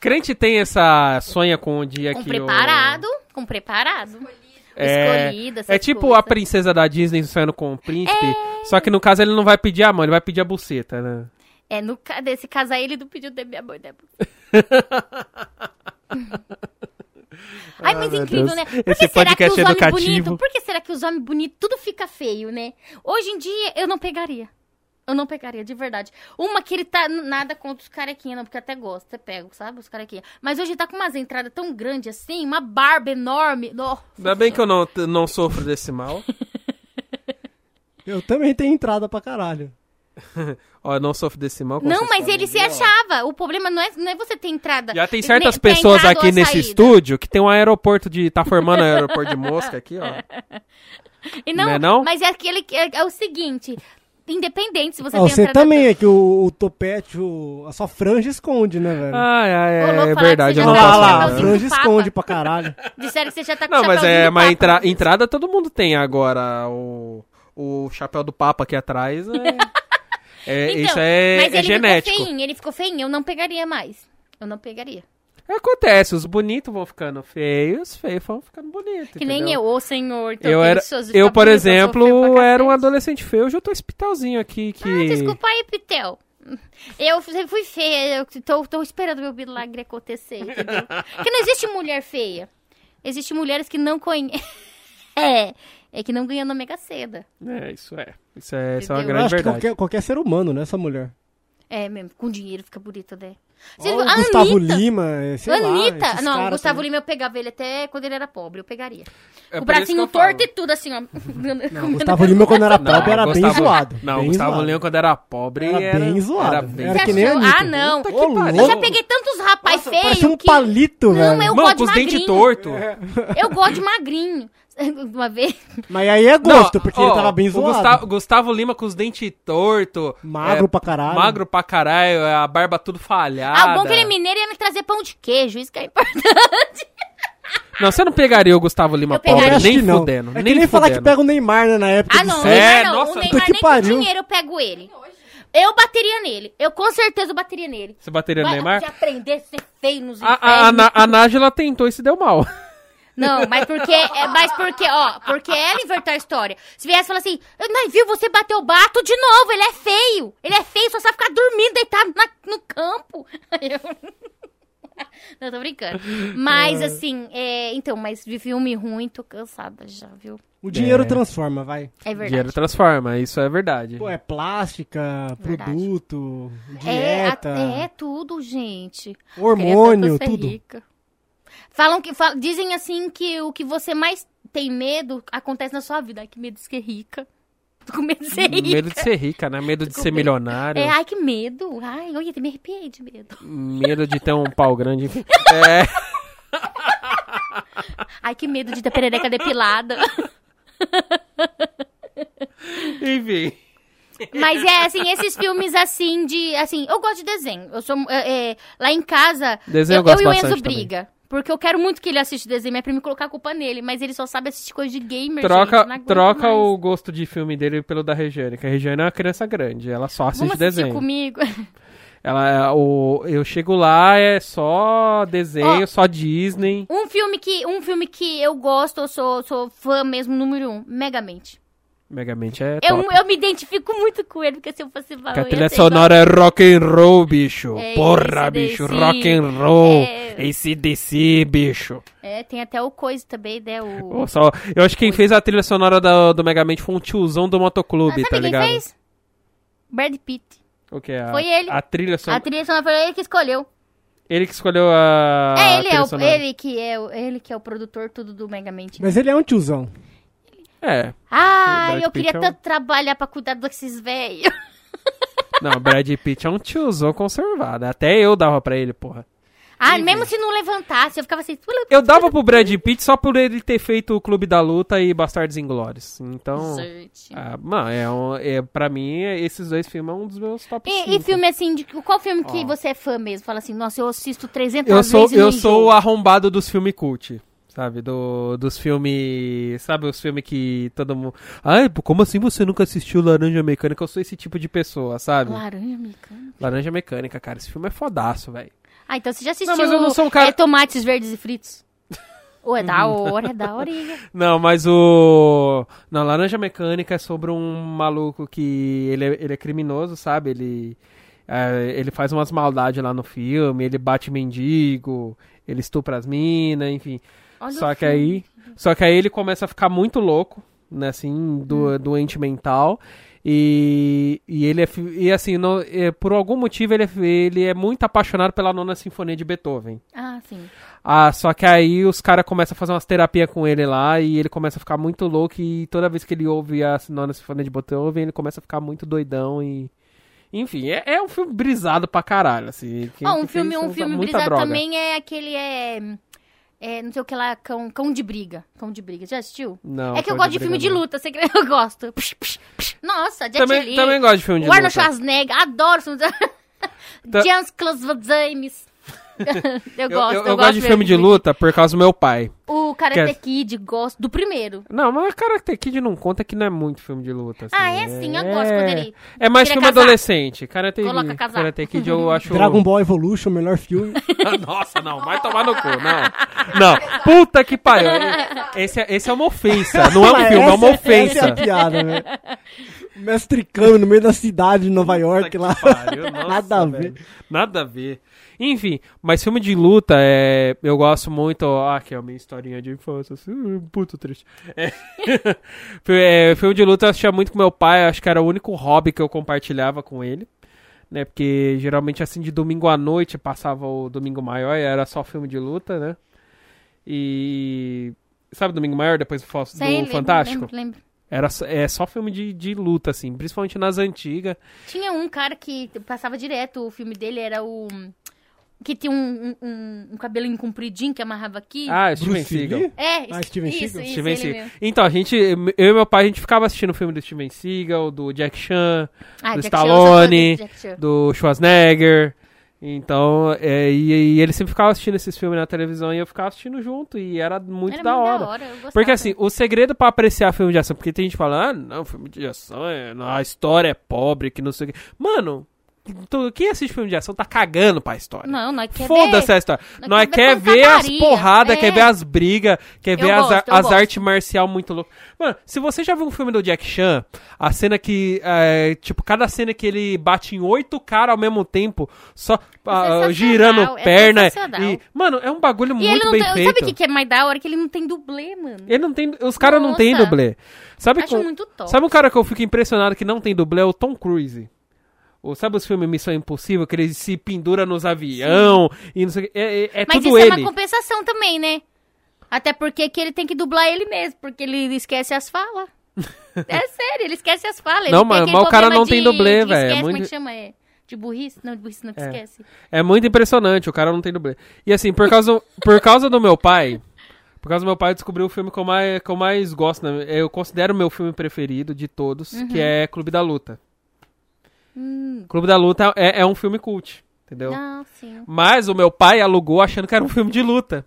[SPEAKER 2] Crente tem essa sonha com o dia
[SPEAKER 3] é. com
[SPEAKER 2] que.
[SPEAKER 3] preparado, com preparado.
[SPEAKER 2] O... É,
[SPEAKER 3] escolhida, essas
[SPEAKER 2] é tipo
[SPEAKER 3] coisas.
[SPEAKER 2] a princesa da Disney sonhando com o príncipe. Só que no caso ele não vai pedir a mão, ele vai pedir a buceta, né?
[SPEAKER 3] É, no ca- desse caso aí, ele não pediu de minha mãe, né? Ai, mas
[SPEAKER 2] meu
[SPEAKER 3] incrível,
[SPEAKER 2] Deus.
[SPEAKER 3] né? Por
[SPEAKER 2] Esse
[SPEAKER 3] que será que os
[SPEAKER 2] podcast é
[SPEAKER 3] homens
[SPEAKER 2] educativo.
[SPEAKER 3] bonitos... Por que será que os homens bonitos tudo fica feio, né? Hoje em dia, eu não pegaria. Eu não pegaria, de verdade. Uma que ele tá... Nada contra os carequinhos, não, porque eu até gosto, até pego, sabe? Os carequinhos. Mas hoje ele tá com umas entradas tão grandes assim, uma barba enorme. Nossa.
[SPEAKER 2] Ainda bem que eu não, não sofro desse mal.
[SPEAKER 4] Eu também tenho entrada pra caralho.
[SPEAKER 2] Ó, eu não sofro desse mal. como
[SPEAKER 3] Não,
[SPEAKER 2] vocês
[SPEAKER 3] mas
[SPEAKER 2] podem
[SPEAKER 3] ele se
[SPEAKER 2] ver, ó.
[SPEAKER 3] achava. O problema não é, não é você ter entrada.
[SPEAKER 2] tá Já tem
[SPEAKER 3] ne-
[SPEAKER 2] certas
[SPEAKER 3] ter
[SPEAKER 2] pessoas
[SPEAKER 3] entrada
[SPEAKER 2] aqui
[SPEAKER 3] ou
[SPEAKER 2] nesse
[SPEAKER 3] é saída.
[SPEAKER 2] estúdio que tem um aeroporto de. tá formando um aeroporto de mosca aqui, ó.
[SPEAKER 3] E não,
[SPEAKER 2] Né, não?
[SPEAKER 3] mas é aquele que- é, é o seguinte, independente se você
[SPEAKER 4] Ah,
[SPEAKER 3] tem
[SPEAKER 4] você
[SPEAKER 3] entrada-
[SPEAKER 4] também é que o, o topete, o- a sua franja esconde, né, velho?
[SPEAKER 2] Ai, ai,
[SPEAKER 3] Ô, louco,
[SPEAKER 2] é,
[SPEAKER 3] falar que
[SPEAKER 2] verdade,
[SPEAKER 3] você
[SPEAKER 2] eu
[SPEAKER 3] já
[SPEAKER 2] não
[SPEAKER 4] Olha
[SPEAKER 3] tá
[SPEAKER 2] posso
[SPEAKER 4] lá,
[SPEAKER 3] achando
[SPEAKER 2] falar.
[SPEAKER 4] lá, a
[SPEAKER 2] né?
[SPEAKER 3] Chapeuzinho
[SPEAKER 4] franja
[SPEAKER 3] do Papa.
[SPEAKER 4] esconde pra caralho.
[SPEAKER 3] Disseram que você já tá com
[SPEAKER 2] Não, mas
[SPEAKER 3] chapéuzinho
[SPEAKER 2] é
[SPEAKER 3] do
[SPEAKER 2] uma
[SPEAKER 3] Papa. né?
[SPEAKER 2] entra- entrada todo mundo tem agora. O, o chapéu do Papa aqui atrás é. é,
[SPEAKER 3] Então,
[SPEAKER 2] isso é,
[SPEAKER 3] mas
[SPEAKER 2] é
[SPEAKER 3] ele
[SPEAKER 2] genético.
[SPEAKER 3] ficou feinho, ele ficou feinho, eu não pegaria mais. Eu não pegaria.
[SPEAKER 2] Acontece, os bonitos vão ficando feios, os feios vão ficando bonitos.
[SPEAKER 3] Que nem
[SPEAKER 2] entendeu?
[SPEAKER 3] eu, ô senhor. então
[SPEAKER 2] Eu,
[SPEAKER 3] tem
[SPEAKER 2] era,
[SPEAKER 3] seus
[SPEAKER 2] eu por
[SPEAKER 3] cabelos, eu sou feio
[SPEAKER 2] exemplo,
[SPEAKER 3] pra
[SPEAKER 2] era um
[SPEAKER 3] cacete.
[SPEAKER 2] adolescente feio, hoje eu tô hospitalzinho aqui. Que...
[SPEAKER 3] Ah, desculpa aí, Pitel. Eu sempre fui feia, eu tô, tô esperando meu milagre acontecer, entendeu? Porque não existe mulher feia. Existem mulheres que não conhecem. É, é que não ganham na Mega Sena.
[SPEAKER 2] É, isso é. Isso é, isso é uma
[SPEAKER 3] Entendeu?
[SPEAKER 4] Eu
[SPEAKER 2] grande
[SPEAKER 4] acho que
[SPEAKER 2] verdade.
[SPEAKER 4] qualquer, qualquer ser humano, né, essa mulher.
[SPEAKER 3] É mesmo, com dinheiro fica bonito, né? Você
[SPEAKER 4] Ó,
[SPEAKER 3] viu?
[SPEAKER 4] o Gustavo Lima, é, sei lá,
[SPEAKER 3] Anitta!
[SPEAKER 4] esses
[SPEAKER 3] não, o
[SPEAKER 4] caras
[SPEAKER 3] Gustavo
[SPEAKER 4] também.
[SPEAKER 3] Lima eu pegava ele até quando ele era pobre, eu pegaria.
[SPEAKER 2] É por isso que
[SPEAKER 3] o bracinho
[SPEAKER 2] eu falo.
[SPEAKER 3] torto e tudo assim, ó.
[SPEAKER 4] O Gustavo Lima, quando era
[SPEAKER 2] Não,
[SPEAKER 4] pobre, era bem
[SPEAKER 2] Gustavo-
[SPEAKER 4] zoado.
[SPEAKER 2] Não, o
[SPEAKER 4] bem
[SPEAKER 2] Gustavo
[SPEAKER 4] zoado.
[SPEAKER 2] Leão, quando era pobre,
[SPEAKER 4] Era
[SPEAKER 2] era,
[SPEAKER 4] bem zoado.
[SPEAKER 2] Era bem
[SPEAKER 4] Era que
[SPEAKER 2] zoado.
[SPEAKER 4] nem a Anitta.
[SPEAKER 3] Ah, não!
[SPEAKER 2] Puta
[SPEAKER 4] Ô,
[SPEAKER 2] que pariu.
[SPEAKER 3] Eu já
[SPEAKER 4] louco.
[SPEAKER 3] peguei tantos rapaz
[SPEAKER 4] Parece
[SPEAKER 3] feio
[SPEAKER 4] um
[SPEAKER 3] que...
[SPEAKER 4] palito,
[SPEAKER 3] Não,
[SPEAKER 4] velho.
[SPEAKER 2] Mano,
[SPEAKER 3] eu gosto
[SPEAKER 2] com os
[SPEAKER 3] de
[SPEAKER 2] dentes
[SPEAKER 3] magrinho.
[SPEAKER 2] tortos.
[SPEAKER 4] É.
[SPEAKER 3] Eu gosto de magrinho. Uma vez...
[SPEAKER 4] Mas aí é
[SPEAKER 2] Não,
[SPEAKER 4] gosto, porque
[SPEAKER 2] ó,
[SPEAKER 4] ele tava bem
[SPEAKER 2] o
[SPEAKER 4] zoado.
[SPEAKER 2] Gustavo, Gustavo Lima com os dentes tortos.
[SPEAKER 4] Magro pra caralho.
[SPEAKER 2] Magro pra caralho, é, a barba tudo falhada.
[SPEAKER 3] Ah, bom que ele é mineiro e ia me trazer pão de queijo, isso que é importante.
[SPEAKER 2] Não, você não pegaria o Gustavo Lima
[SPEAKER 3] Eu pegaria.
[SPEAKER 2] pobre,
[SPEAKER 4] Acho
[SPEAKER 2] nem
[SPEAKER 4] que não.
[SPEAKER 2] fudendo.
[SPEAKER 4] É que
[SPEAKER 2] nem
[SPEAKER 4] nem falar que
[SPEAKER 2] fudendo.
[SPEAKER 4] pega o Neymar, né, na época.
[SPEAKER 3] Ah,
[SPEAKER 4] do
[SPEAKER 3] não, o
[SPEAKER 4] Santos.
[SPEAKER 2] É,
[SPEAKER 3] Neymar não.
[SPEAKER 2] nossa,
[SPEAKER 3] o
[SPEAKER 4] puta
[SPEAKER 3] Neymar
[SPEAKER 4] que
[SPEAKER 3] nem com
[SPEAKER 4] pariu.
[SPEAKER 3] dinheiro eu pego ele. Eu bateria nele. Eu com certeza eu bateria nele.
[SPEAKER 2] Você bateria no
[SPEAKER 3] Vai
[SPEAKER 2] Neymar?
[SPEAKER 3] se aprender a ser feio nos
[SPEAKER 2] A,
[SPEAKER 3] infernos.
[SPEAKER 2] a, a, Na- a Nájila tentou e se deu mal.
[SPEAKER 3] Não, mas porque, é, mas porque, ó, porque ela invertou a história. Se viesse falar assim, não, viu, você bateu o bato de novo, ele é feio. Ele é feio, só sabe ficar dormindo, deitado na- no campo. Aí eu- Não, tô brincando. Mas, assim, é, então, mas de filme ruim, tô cansada já, viu?
[SPEAKER 4] O dinheiro
[SPEAKER 2] É.
[SPEAKER 4] transforma, vai.
[SPEAKER 3] É verdade.
[SPEAKER 2] Dinheiro transforma, isso é verdade.
[SPEAKER 4] Pô, é plástica,
[SPEAKER 3] Verdade.
[SPEAKER 4] produto,
[SPEAKER 2] tá
[SPEAKER 3] É,
[SPEAKER 4] dieta,
[SPEAKER 3] a- é tudo, gente. Queria
[SPEAKER 4] hormônio,
[SPEAKER 3] tanto ser
[SPEAKER 4] tudo.
[SPEAKER 3] rica. Falam que fa- dizem assim que o que você mais tem medo acontece na sua vida. Ai, que medo de ser rica. Tô com medo de ser rica.
[SPEAKER 2] Medo de ser rica, né? Medo de
[SPEAKER 3] Tô com
[SPEAKER 2] ser
[SPEAKER 3] medo.
[SPEAKER 2] milionário.
[SPEAKER 3] É, ai, que medo. Ai, olha, me arrepiei de medo.
[SPEAKER 2] Medo de ter um pau grande. enfim. É.
[SPEAKER 3] Ai, que medo de ter perereca depilada.
[SPEAKER 2] Enfim.
[SPEAKER 3] Mas é, assim, esses filmes assim de. Assim, eu gosto de desenho. Eu sou. é, é, lá em casa.
[SPEAKER 2] Desenho eu
[SPEAKER 3] eu,
[SPEAKER 2] gosto
[SPEAKER 3] e o
[SPEAKER 2] bastante
[SPEAKER 3] Enzo
[SPEAKER 2] também.
[SPEAKER 3] briga. Porque eu quero muito que ele assista desenho, é pra me colocar a culpa nele. Mas ele só sabe assistir coisa de gamer. gente,
[SPEAKER 2] Troca,
[SPEAKER 3] não aguento
[SPEAKER 2] troca
[SPEAKER 3] mais.
[SPEAKER 2] o gosto de filme dele pelo da Regiane, que a Regiane é uma criança grande, ela só
[SPEAKER 3] Vamos
[SPEAKER 2] assiste
[SPEAKER 3] assistir
[SPEAKER 2] desenho.
[SPEAKER 3] comigo.
[SPEAKER 2] Ela, é, o, eu chego lá, é só desenho,
[SPEAKER 3] Ó.
[SPEAKER 2] só Disney.
[SPEAKER 3] Um filme que, um filme que eu gosto, eu sou, sou fã mesmo, número um, Megamente.
[SPEAKER 2] Megamente é
[SPEAKER 3] Eu,
[SPEAKER 2] top.
[SPEAKER 3] eu me identifico muito com ele, porque se eu
[SPEAKER 2] Que
[SPEAKER 3] fosse
[SPEAKER 2] a
[SPEAKER 3] valor,
[SPEAKER 2] trilha sonora é rock and roll, bicho.
[SPEAKER 3] É
[SPEAKER 2] Porra,
[SPEAKER 3] AC/DC.
[SPEAKER 2] bicho, rock and roll.
[SPEAKER 3] É.
[SPEAKER 2] Esse DC, bicho.
[SPEAKER 3] É, tem até o Coisa também, né? O...
[SPEAKER 2] Pô, só, eu acho que quem fez a trilha sonora do, do Megamente foi um tiozão do
[SPEAKER 3] Ah,
[SPEAKER 2] motoclube,
[SPEAKER 3] sabe
[SPEAKER 2] tá
[SPEAKER 3] quem
[SPEAKER 2] ligado?
[SPEAKER 3] fez? Brad Pitt.
[SPEAKER 2] O que é?
[SPEAKER 3] Foi ele.
[SPEAKER 2] A trilha
[SPEAKER 3] A
[SPEAKER 2] sonora.
[SPEAKER 3] trilha sonora foi ele que escolheu.
[SPEAKER 2] Ele que escolheu Ah, a.
[SPEAKER 3] é, ele,
[SPEAKER 2] trilha
[SPEAKER 3] é o,
[SPEAKER 2] sonora.
[SPEAKER 3] ele, que é o, ele que é o produtor tudo do Megamente.
[SPEAKER 4] Mas ele é um tiozão.
[SPEAKER 2] É.
[SPEAKER 3] Ah,
[SPEAKER 2] Brad
[SPEAKER 3] eu queria
[SPEAKER 2] Pitt é um-
[SPEAKER 3] tanto trabalhar pra cuidar desses velhos.
[SPEAKER 2] Não, Brad Pitt é um tiozão conservado. Até eu dava pra ele, porra.
[SPEAKER 3] Ah, mesmo se não levantasse, eu ficava assim...
[SPEAKER 2] Eu dava pro Brad Pitt só por ele ter feito o Clube da Luta e Bastardos Inglórios. Então.
[SPEAKER 3] Gente.
[SPEAKER 2] Ah, mano, é, um, é, pra mim, esses dois filmes é um dos meus top
[SPEAKER 3] E, e
[SPEAKER 2] cinco.
[SPEAKER 3] filme assim, de, qual filme que
[SPEAKER 2] Ó.
[SPEAKER 3] você é fã mesmo? Fala assim, nossa, eu assisto 300
[SPEAKER 2] Eu
[SPEAKER 3] vezes
[SPEAKER 2] sou,
[SPEAKER 3] e não
[SPEAKER 2] eu sou
[SPEAKER 3] enjoo.
[SPEAKER 2] o arrombado dos filmes cult. Sabe, do, dos filmes. Sabe, os filmes que todo mundo. Ai, pô, como assim você nunca assistiu Laranja Mecânica? Eu sou esse tipo de pessoa, sabe?
[SPEAKER 3] Laranja mecânica.
[SPEAKER 2] Laranja Mecânica, cara, esse filme é fodaço, velho.
[SPEAKER 3] Ah, então você já assistiu
[SPEAKER 2] Não, mas eu não sou um cara- Uhum.
[SPEAKER 3] é, Tomates Verdes e Fritos? Ou é da hora, é da hora.
[SPEAKER 2] Não, mas o. Na Laranja Mecânica é sobre um maluco que. Ele é, ele é criminoso, sabe? Ele. é, ele faz umas maldades lá no filme, ele bate mendigo, ele estupra as minas, enfim.
[SPEAKER 3] Olha
[SPEAKER 2] Só
[SPEAKER 3] o
[SPEAKER 2] que
[SPEAKER 3] filme.
[SPEAKER 2] aí, só que aí ele começa a ficar muito louco, né, assim, do,
[SPEAKER 3] Hum.
[SPEAKER 2] doente mental. E, e ele é, fi- e assim, não- é, por algum motivo ele é, fi- ele é muito apaixonado pela nona sinfonia de Beethoven.
[SPEAKER 3] Ah, sim.
[SPEAKER 2] Ah, só que aí os caras começam a fazer umas terapias com ele lá e ele começa a ficar muito louco e toda vez que ele ouve a nona sinfonia de Beethoven, ele começa a ficar muito doidão e enfim, é, é um filme brisado pra caralho, assim. Quem-
[SPEAKER 3] Ó, um
[SPEAKER 2] quem
[SPEAKER 3] filme,
[SPEAKER 2] usa
[SPEAKER 3] um filme
[SPEAKER 2] muita
[SPEAKER 3] brisado
[SPEAKER 2] droga.
[SPEAKER 3] também é aquele, é, é, Não sei o que lá, cão, cão de briga. Cão de briga, já assistiu?
[SPEAKER 2] Não,
[SPEAKER 3] é que eu
[SPEAKER 2] Cão
[SPEAKER 3] gosto de
[SPEAKER 2] Briga
[SPEAKER 3] filme de
[SPEAKER 2] não.
[SPEAKER 3] luta, você crê? Eu gosto. Psh, psh, psh. Nossa, Jet
[SPEAKER 2] Também,
[SPEAKER 3] Li.
[SPEAKER 2] também gosto de filme de
[SPEAKER 3] o Arnold
[SPEAKER 2] luta.
[SPEAKER 3] Schwarzenegger, adoro filmes
[SPEAKER 2] Ta-
[SPEAKER 3] Jans Klosvadzames. Eu
[SPEAKER 2] Tá. Eu,
[SPEAKER 3] gosto,
[SPEAKER 2] eu- eu gosto de filme de luta por causa do meu pai.
[SPEAKER 3] O Karate
[SPEAKER 2] Quer-
[SPEAKER 3] Kid, gosto do primeiro.
[SPEAKER 2] Não, mas Karate Kid não conta que não é muito filme de luta. assim,
[SPEAKER 3] Ah, é sim, eu gosto quando ele
[SPEAKER 2] É mais
[SPEAKER 3] tira
[SPEAKER 2] filme
[SPEAKER 3] casaco.
[SPEAKER 2] adolescente. Karate,
[SPEAKER 3] Coloca casaco.
[SPEAKER 2] Karate Kid eu acho...
[SPEAKER 4] Dragon Ball Evolution, melhor filme.
[SPEAKER 2] Nossa, não, vai tomar no cu, não. Não, puta que pariu. Esse é, esse é uma ofensa, não é um filme, é uma
[SPEAKER 4] Essa- Essa é
[SPEAKER 2] ofensa.
[SPEAKER 4] a piada, né? O Mestre Kami no meio da cidade de Nova York lá.
[SPEAKER 2] Pariu, nossa,
[SPEAKER 4] Nada a
[SPEAKER 2] velho.
[SPEAKER 4] ver.
[SPEAKER 2] Nada a ver. Enfim, mas filme de luta, é, eu gosto muito. Ah, que é a minha historinha de infância. Assim, hum, puto triste. É, Fi- é, filme de luta eu assistia muito com meu pai, acho que era o único hobby que eu compartilhava com ele. Né, porque geralmente assim de domingo à noite passava o domingo maior e era só filme de luta, né? E. Sabe o Domingo Maior depois do, Fo- do
[SPEAKER 3] Sei, lembro,
[SPEAKER 2] Fantástico?
[SPEAKER 3] Lembro, lembro.
[SPEAKER 2] Era, só- é só filme de, de luta, assim, principalmente nas antigas.
[SPEAKER 3] Tinha um cara que passava direto, o filme dele era o... Que tinha um, um- um- um cabelinho compridinho que amarrava aqui.
[SPEAKER 2] Ah, Steven
[SPEAKER 4] Bruce
[SPEAKER 2] Seagal.
[SPEAKER 4] Lee?
[SPEAKER 3] é,
[SPEAKER 4] ah, Steven
[SPEAKER 3] isso,
[SPEAKER 4] Seagal?
[SPEAKER 3] isso,
[SPEAKER 2] Steven
[SPEAKER 3] ele
[SPEAKER 2] Seagal.
[SPEAKER 3] mesmo.
[SPEAKER 2] Então, a gente, eu e meu pai, a gente ficava assistindo o filme do Steven Seagal, do Jack Chan, Do
[SPEAKER 3] Ah, Jack Chan, eu sou fã
[SPEAKER 2] Stallone,
[SPEAKER 3] desse Jack Chan.
[SPEAKER 2] do Schwarzenegger. Então, é, e, e ele sempre ficava assistindo esses filmes na televisão e eu ficava assistindo junto e era muito,
[SPEAKER 3] Era
[SPEAKER 2] da, hora.
[SPEAKER 3] eu gostava.
[SPEAKER 2] Porque assim, o segredo pra apreciar filme de ação, porque tem gente que fala, ah, não, filme de ação, é- a história é pobre, que não sei o quê. Mano, tu- quem assiste filme de ação tá cagando pra história.
[SPEAKER 3] Não, é nós quer
[SPEAKER 2] Foda-se é
[SPEAKER 3] ver.
[SPEAKER 2] a história.
[SPEAKER 3] Nós
[SPEAKER 2] Nós quer
[SPEAKER 3] quer ver
[SPEAKER 2] ver as
[SPEAKER 3] pancadaria,
[SPEAKER 2] porradas,
[SPEAKER 3] é.
[SPEAKER 2] quer ver as brigas, quer
[SPEAKER 3] Eu
[SPEAKER 2] ver as,
[SPEAKER 3] gosto,
[SPEAKER 2] ar-
[SPEAKER 3] eu
[SPEAKER 2] as
[SPEAKER 3] gosto.
[SPEAKER 2] artes marcial muito loucas. Mano, se você já viu um filme do Jack Chan, a cena que. é, tipo, cada cena que ele bate em oito caras ao mesmo tempo, só ah,
[SPEAKER 3] É sensacional,
[SPEAKER 2] girando
[SPEAKER 3] é
[SPEAKER 2] perna.
[SPEAKER 3] sensacional.
[SPEAKER 2] e, mano, é um bagulho
[SPEAKER 3] E ele
[SPEAKER 2] muito
[SPEAKER 3] não
[SPEAKER 2] bem
[SPEAKER 3] tem,
[SPEAKER 2] feito.
[SPEAKER 3] sabe o que, que é mais da hora? Que ele não tem dublê, mano.
[SPEAKER 2] Ele não tem. Os caras não tem
[SPEAKER 3] Nossa.
[SPEAKER 2] dublê. Sabe,
[SPEAKER 3] Acho
[SPEAKER 2] com-
[SPEAKER 3] muito top.
[SPEAKER 2] sabe um cara que eu fico impressionado que não tem dublê? É o Tom Cruise. Ou sabe os filmes Missão Impossível, que ele se pendura nos avião e não sei o que. É, é, é
[SPEAKER 3] Mas
[SPEAKER 2] tudo
[SPEAKER 3] isso é
[SPEAKER 2] ele.
[SPEAKER 3] uma compensação também, né? Até porque que ele tem que dublar ele mesmo, porque ele esquece as falas. é sério, ele esquece as falas. ele
[SPEAKER 2] Não,
[SPEAKER 3] tem
[SPEAKER 2] mas-
[SPEAKER 3] aquele
[SPEAKER 2] mas o cara
[SPEAKER 3] problema
[SPEAKER 2] não tem
[SPEAKER 3] de-
[SPEAKER 2] dublê,
[SPEAKER 3] de
[SPEAKER 2] velho, é
[SPEAKER 3] esquece, Como é
[SPEAKER 2] muito-
[SPEAKER 3] que chama? É, de burrice? Não, de burrice não que
[SPEAKER 2] É.
[SPEAKER 3] esquece.
[SPEAKER 2] É muito impressionante, o cara não tem dublê. E assim, por causa, por causa do meu pai. Por causa do meu pai, eu descobri o filme que eu mais, que eu mais gosto. né? Eu considero o meu filme preferido de todos, que
[SPEAKER 3] Uhum.
[SPEAKER 2] é Clube da Luta.
[SPEAKER 3] Hum.
[SPEAKER 2] Clube da Luta é, é um filme cult, entendeu?
[SPEAKER 3] Não, sim.
[SPEAKER 2] Mas o meu pai alugou achando que era um filme de luta.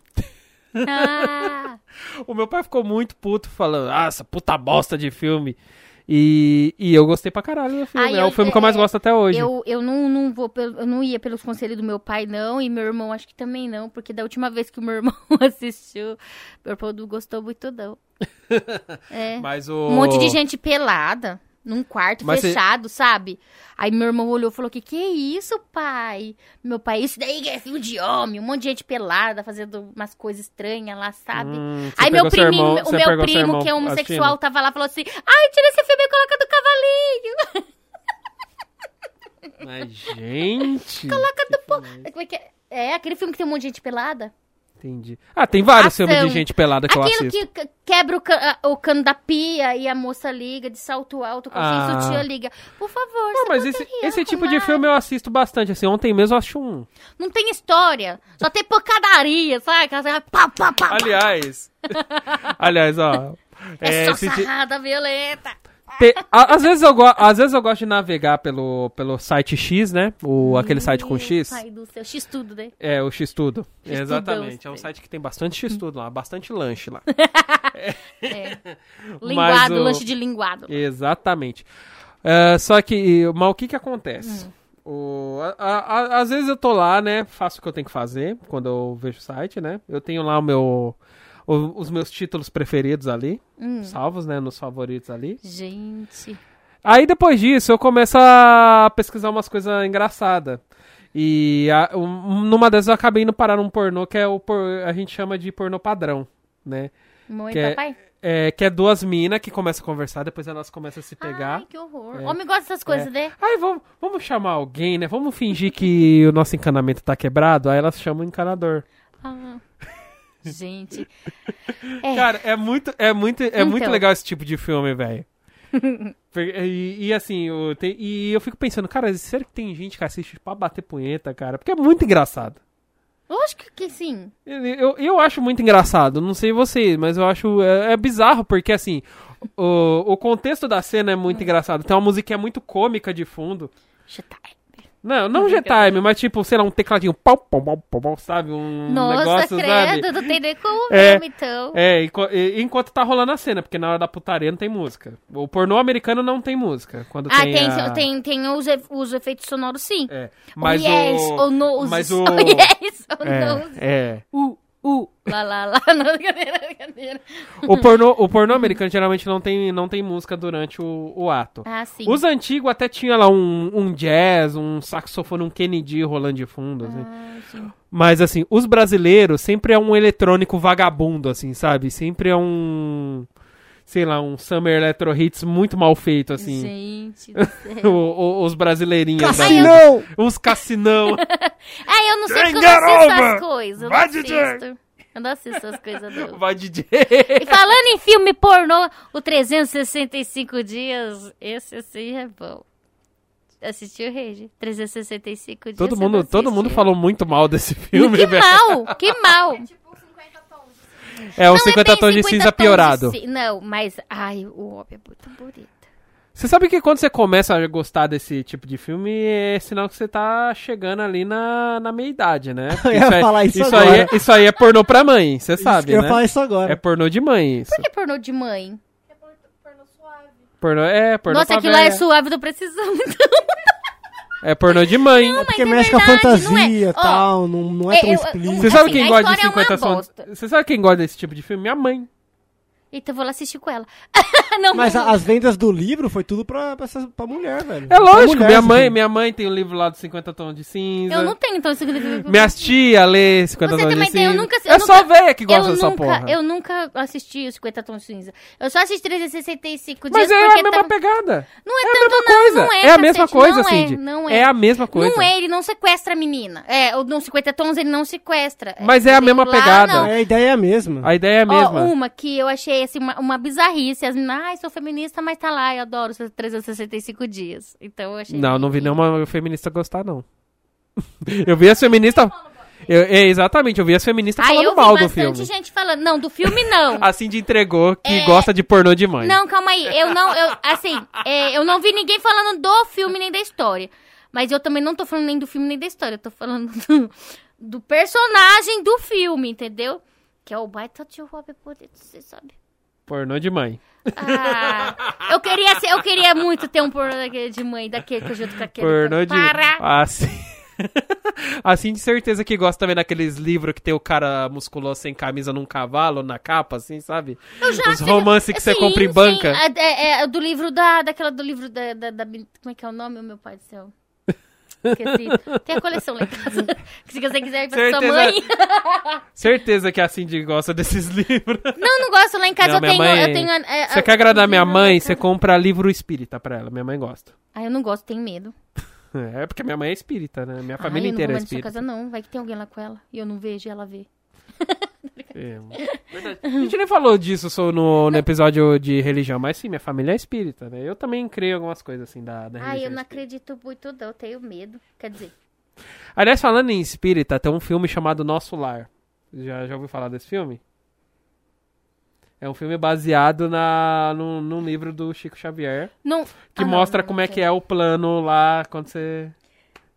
[SPEAKER 3] Ah,
[SPEAKER 2] O meu pai ficou muito puto falando, ah, essa puta bosta de filme. E, e eu gostei pra caralho do filme.
[SPEAKER 3] Ah,
[SPEAKER 2] é
[SPEAKER 3] eu-
[SPEAKER 2] o filme que eu mais
[SPEAKER 3] é,
[SPEAKER 2] gosto até hoje.
[SPEAKER 3] eu, eu, não, não vou, pelo- eu não ia pelos conselhos do meu pai, não, e meu irmão acho que também não, porque da última vez que o meu irmão assistiu, meu irmão não gostou muito, não. É.
[SPEAKER 2] Mas o...
[SPEAKER 3] Um monte de gente pelada, num quarto
[SPEAKER 2] Mas cê-
[SPEAKER 3] fechado, sabe? Aí meu irmão olhou e falou: que que é isso, pai? Meu pai, isso daí é filme de homem, um monte de gente pelada, fazendo umas coisas estranhas lá, sabe?
[SPEAKER 2] Hum, você
[SPEAKER 3] Aí meu
[SPEAKER 2] pegou seu
[SPEAKER 3] priminho,
[SPEAKER 2] irmão-
[SPEAKER 3] o
[SPEAKER 2] você
[SPEAKER 3] meu
[SPEAKER 2] pegou seu
[SPEAKER 3] primo,
[SPEAKER 2] irmão
[SPEAKER 3] que é homossexual,
[SPEAKER 2] assistindo.
[SPEAKER 3] tava lá e falou assim: ai, tira esse filme e coloca do cavalinho.
[SPEAKER 2] Mas, gente.
[SPEAKER 3] Como é que é? É aquele filme que tem um monte de gente pelada?
[SPEAKER 2] Entendi. Ah, tem vários filmes de
[SPEAKER 3] Ação.
[SPEAKER 2] gente pelada É que eu
[SPEAKER 3] Aquilo
[SPEAKER 2] assisto.
[SPEAKER 3] que que quebra o, ca- a- o cano da pia e a moça liga de salto alto, com
[SPEAKER 2] Ah.
[SPEAKER 3] ah. sutiã liga. Por favor,
[SPEAKER 2] Não,
[SPEAKER 3] você
[SPEAKER 2] Ah, mas
[SPEAKER 3] pode
[SPEAKER 2] esse,
[SPEAKER 3] rir,
[SPEAKER 2] esse tipo de
[SPEAKER 3] comadre.
[SPEAKER 2] filme eu assisto bastante. Assim, ontem mesmo eu acho um.
[SPEAKER 3] Não tem história, só tem pancadaria, sabe? Aquelas pá, pá, pá, pá.
[SPEAKER 2] Aliás. aliás, ó.
[SPEAKER 3] É, só
[SPEAKER 2] esse di-
[SPEAKER 3] sarrada violenta.
[SPEAKER 2] Te- a- às, vezes eu go- às vezes eu gosto de navegar pelo, pelo site X, né? O, aquele site com
[SPEAKER 3] Meu
[SPEAKER 2] X.
[SPEAKER 3] Pai do céu, X tudo, né?
[SPEAKER 2] É, o X-Tudo.
[SPEAKER 3] X-Tudo,
[SPEAKER 2] Exatamente.
[SPEAKER 3] eu
[SPEAKER 2] É um
[SPEAKER 3] sei.
[SPEAKER 2] site que tem bastante X-Tudo lá, bastante lanche lá.
[SPEAKER 3] Linguado,
[SPEAKER 2] o-
[SPEAKER 3] lanche de linguado.
[SPEAKER 2] Exatamente. É, só que, mas o que que acontece? O- a- a- a- às vezes eu tô lá, né? Faço o que eu tenho que fazer quando eu vejo o site, né? Eu tenho lá o meu, o- os meus títulos preferidos ali, salvos, né? Nos favoritos ali.
[SPEAKER 3] Gente.
[SPEAKER 2] Aí depois disso eu começo a pesquisar umas coisas engraçadas. E a- um- numa dessas eu acabei indo parar num pornô que é o por- a gente chama de pornô padrão, né?
[SPEAKER 3] Mãe,
[SPEAKER 2] Que é-
[SPEAKER 3] papai?
[SPEAKER 2] É, que é duas minas que começam a conversar, depois elas começam a se pegar.
[SPEAKER 3] Ai, que horror.
[SPEAKER 2] É.
[SPEAKER 3] Homem gosta dessas coisas, né?
[SPEAKER 2] Aí vamos, vamos chamar alguém, né? Vamos fingir que o nosso encanamento tá quebrado. Aí elas chamam o encanador.
[SPEAKER 3] Ah. Gente. É.
[SPEAKER 2] Cara, é muito, é muito, é
[SPEAKER 3] Então.
[SPEAKER 2] muito legal esse tipo de filme, velho. Per- E, e assim, eu te- e eu fico pensando, cara, será que tem gente que assiste pra bater punheta, cara? Porque é muito engraçado.
[SPEAKER 3] Lógico que, que sim.
[SPEAKER 2] Eu, eu, eu acho muito engraçado, não sei vocês, mas eu acho. É, é bizarro, porque assim, o, o contexto da cena é muito engraçado. Tem uma musiquinha muito cômica de fundo.
[SPEAKER 3] Chutar.
[SPEAKER 2] Não, não G-Time, mas tipo, sei lá, um tecladinho pau, pau, pau, pau, pau, sabe? Um
[SPEAKER 3] Nossa,
[SPEAKER 2] negócio,
[SPEAKER 3] credo,
[SPEAKER 2] sabe?
[SPEAKER 3] não tem nem como
[SPEAKER 2] É.
[SPEAKER 3] mesmo, então.
[SPEAKER 2] É, enqu- e- enquanto tá rolando a cena, porque na hora da putaria não tem música. O pornô americano não tem música. Quando
[SPEAKER 3] ah,
[SPEAKER 2] tem,
[SPEAKER 3] tem,
[SPEAKER 2] a-
[SPEAKER 3] tem, tem os, ef- os efeitos sonoros, sim.
[SPEAKER 2] É, mas
[SPEAKER 3] oh, yes,
[SPEAKER 2] o...
[SPEAKER 3] oh, no, os-
[SPEAKER 2] Mas o...
[SPEAKER 3] oh, yes, oh, no.
[SPEAKER 2] É, é.
[SPEAKER 3] Uh, uh, lá, lá, lá. Não, brincadeira, brincadeira.
[SPEAKER 2] O pornô, o pornô americano geralmente não tem, não tem música durante o, o ato.
[SPEAKER 3] Ah, sim.
[SPEAKER 2] Os antigos até tinha lá um, um jazz, um saxofone, um Kennedy rolando de fundo, assim.
[SPEAKER 3] Ah, sim.
[SPEAKER 2] Mas assim, os brasileiros sempre é um eletrônico vagabundo, assim, sabe? Sempre é um. Sei lá, um Summer Electro Hits muito mal feito, assim.
[SPEAKER 3] Gente do céu.
[SPEAKER 2] O- o- os brasileirinhos. da vida.
[SPEAKER 4] Cassinão!
[SPEAKER 2] Os cassinão.
[SPEAKER 3] É, eu não sei porque eu
[SPEAKER 1] Get
[SPEAKER 3] não assisto
[SPEAKER 1] over!
[SPEAKER 3] essas coisas. Eu não
[SPEAKER 1] Vai, DJ!
[SPEAKER 3] assisto. Eu não assisto as coisas, não.
[SPEAKER 2] Vai DJ.
[SPEAKER 3] E falando em filme pornô, o 365 dias, esse assim é bom. Assistiu, Regi? 365 dias.
[SPEAKER 2] Todo
[SPEAKER 3] você
[SPEAKER 2] mundo,
[SPEAKER 3] não é.
[SPEAKER 2] todo mundo
[SPEAKER 3] assistiu.
[SPEAKER 2] falou muito mal desse filme,
[SPEAKER 3] Que
[SPEAKER 2] velho.
[SPEAKER 3] mal, que mal.
[SPEAKER 5] É tipo 50 tons.
[SPEAKER 2] É o
[SPEAKER 3] Não é
[SPEAKER 2] 50
[SPEAKER 3] bem
[SPEAKER 2] tons de
[SPEAKER 3] 50
[SPEAKER 2] cinza piorado.
[SPEAKER 3] ci- Não, mas, ai, o homem é muito bonito.
[SPEAKER 2] Você sabe que quando você começa a gostar desse tipo de filme, é sinal que você tá chegando ali na, na meia-idade, né?
[SPEAKER 4] Eu ia falar isso
[SPEAKER 2] aí é,
[SPEAKER 4] agora.
[SPEAKER 2] isso aí é pornô pra mãe, você
[SPEAKER 4] Isso
[SPEAKER 2] sabe,
[SPEAKER 4] que Eu
[SPEAKER 2] né?
[SPEAKER 4] ia falar isso
[SPEAKER 2] É
[SPEAKER 4] agora.
[SPEAKER 2] pornô de mãe isso.
[SPEAKER 3] Por que pornô de mãe?
[SPEAKER 5] É porno, porno suave.
[SPEAKER 2] Pornô, é, pornô
[SPEAKER 3] Nossa,
[SPEAKER 2] pra
[SPEAKER 3] aquilo lá é
[SPEAKER 2] velha.
[SPEAKER 3] suave do precisão, então.
[SPEAKER 2] É pornô de mãe.
[SPEAKER 4] Porque
[SPEAKER 3] é
[SPEAKER 4] mexe com a
[SPEAKER 3] verdade, não é?
[SPEAKER 4] fantasia e
[SPEAKER 3] Ó,
[SPEAKER 4] tal, não, não é
[SPEAKER 3] eu-
[SPEAKER 4] tão
[SPEAKER 3] eu-
[SPEAKER 4] explícito.
[SPEAKER 2] Você sabe
[SPEAKER 3] Assim,
[SPEAKER 2] quem
[SPEAKER 3] a
[SPEAKER 2] gosta de
[SPEAKER 3] história é uma
[SPEAKER 2] 50 tons?
[SPEAKER 3] bosta.
[SPEAKER 2] Você sabe quem gosta desse tipo de filme? Minha mãe.
[SPEAKER 3] Então eu vou lá assistir com ela. não,
[SPEAKER 4] Mas a- as vendas do livro foi tudo pra, pra, essas- pra mulher, velho.
[SPEAKER 2] É
[SPEAKER 4] Pra
[SPEAKER 2] lógico,
[SPEAKER 4] mulher, assim.
[SPEAKER 2] minha
[SPEAKER 4] esse
[SPEAKER 2] mãe,
[SPEAKER 4] filme.
[SPEAKER 2] minha mãe tem o livro lá dos 50 tons de cinza.
[SPEAKER 3] eu não tenho, então, isso que eu
[SPEAKER 2] Minhas tia lê 50
[SPEAKER 3] Você
[SPEAKER 2] tons
[SPEAKER 3] tem uma
[SPEAKER 2] de
[SPEAKER 3] ideia,
[SPEAKER 2] cinza.
[SPEAKER 3] eu nunca- eu
[SPEAKER 2] é só
[SPEAKER 3] nunca-
[SPEAKER 2] velha que gosta
[SPEAKER 3] eu
[SPEAKER 2] dessa
[SPEAKER 3] nunca,
[SPEAKER 2] porra.
[SPEAKER 3] Eu nunca assisti os 50 tons de cinza. Eu só assisti 365
[SPEAKER 2] Mas
[SPEAKER 3] dias
[SPEAKER 2] é
[SPEAKER 3] porque
[SPEAKER 2] a mesma
[SPEAKER 3] tava-
[SPEAKER 2] pegada.
[SPEAKER 3] Não é,
[SPEAKER 2] É a
[SPEAKER 3] tanto
[SPEAKER 2] mesma
[SPEAKER 3] não,
[SPEAKER 2] coisa.
[SPEAKER 3] não é,
[SPEAKER 2] é a mesma
[SPEAKER 3] cacete,
[SPEAKER 2] coisa,
[SPEAKER 3] não
[SPEAKER 2] Cindy.
[SPEAKER 3] É, não é.
[SPEAKER 2] É a mesma coisa.
[SPEAKER 3] Não é, ele não sequestra a menina. É, o- no 50 tons ele não sequestra.
[SPEAKER 2] Mas é a mesma
[SPEAKER 3] lá,
[SPEAKER 2] pegada.
[SPEAKER 3] não.
[SPEAKER 4] É, a ideia é a mesma.
[SPEAKER 2] A ideia é a
[SPEAKER 3] Ó, um
[SPEAKER 2] mesma.
[SPEAKER 3] uma que eu achei assim, uma, uma bizarrice. As meninas, ai, sou feminista, mas tá lá, eu adoro seus 365 dias. Então eu achei.
[SPEAKER 2] Não, não vi
[SPEAKER 3] meio-
[SPEAKER 2] nenhuma feminista gostar, não. Eu vi as feministas. Eu, é, exatamente, eu vi as feministas
[SPEAKER 3] Ai,
[SPEAKER 2] falando
[SPEAKER 3] eu vi
[SPEAKER 2] mal do
[SPEAKER 3] bastante
[SPEAKER 2] filme.
[SPEAKER 3] gente falando. Não, do filme não.
[SPEAKER 2] A Cindy entregou que
[SPEAKER 3] É.
[SPEAKER 2] gosta de pornô de mãe.
[SPEAKER 3] Não, calma aí. Eu não, eu, assim, é, eu não vi ninguém falando do filme nem da história. Mas eu também não tô falando nem do filme nem da história. Eu tô falando do, do personagem do filme, entendeu? Que é o baita de Robert Bonito, você sabe.
[SPEAKER 2] Pornô de mãe.
[SPEAKER 3] Ah, eu queria ser- eu queria muito ter um pornô daquele de mãe daquele que eu junto com aquele.
[SPEAKER 2] pornô de.
[SPEAKER 3] Para!
[SPEAKER 2] A Cin- A Cindy certeza que gosta também daqueles livros que tem o cara musculoso sem camisa num cavalo, na capa, assim, sabe? Os romances que você
[SPEAKER 3] Sim,
[SPEAKER 2] compra em
[SPEAKER 3] sim.
[SPEAKER 2] banca.
[SPEAKER 3] É, é, é do livro da. Daquela do livro da, da, da- Como é que é o nome, meu pai do céu? Esqueci. Tem a coleção lá em casa. Se você quiser ir pra sua
[SPEAKER 2] Certeza-
[SPEAKER 3] mãe.
[SPEAKER 2] Certeza que a Cindy gosta desses livros.
[SPEAKER 3] Não, não gosto. Lá em
[SPEAKER 2] Não,
[SPEAKER 3] casa eu,
[SPEAKER 2] minha
[SPEAKER 3] tenho,
[SPEAKER 2] mãe-
[SPEAKER 3] eu tenho. é, é,
[SPEAKER 2] Você quer agradar minha
[SPEAKER 3] livro-
[SPEAKER 2] mãe? Você compra livro espírita pra ela. Minha mãe gosta.
[SPEAKER 3] Ah, eu não gosto, tenho medo.
[SPEAKER 2] É, porque minha mãe é espírita, né? Minha
[SPEAKER 3] Ah,
[SPEAKER 2] família
[SPEAKER 3] eu não vou
[SPEAKER 2] inteira é
[SPEAKER 3] mais na sua
[SPEAKER 2] espírita.
[SPEAKER 3] casa, não. Vai que tem alguém lá com ela. E eu não vejo e ela vê.
[SPEAKER 2] É, verdade. A gente nem falou disso só no, no episódio de religião, mas sim, minha família é espírita, né? Eu também creio em algumas coisas assim da, da religião
[SPEAKER 3] Ah, eu
[SPEAKER 2] espírita.
[SPEAKER 3] não acredito muito, não. Eu tenho medo. Quer dizer,
[SPEAKER 2] Aliás, falando em espírita, tem um filme chamado Nosso Lar. Já, já ouviu falar desse filme? É um filme baseado na, num, num livro do Chico Xavier,
[SPEAKER 3] Ah, não.
[SPEAKER 2] que mostra como é que é o plano lá quando você.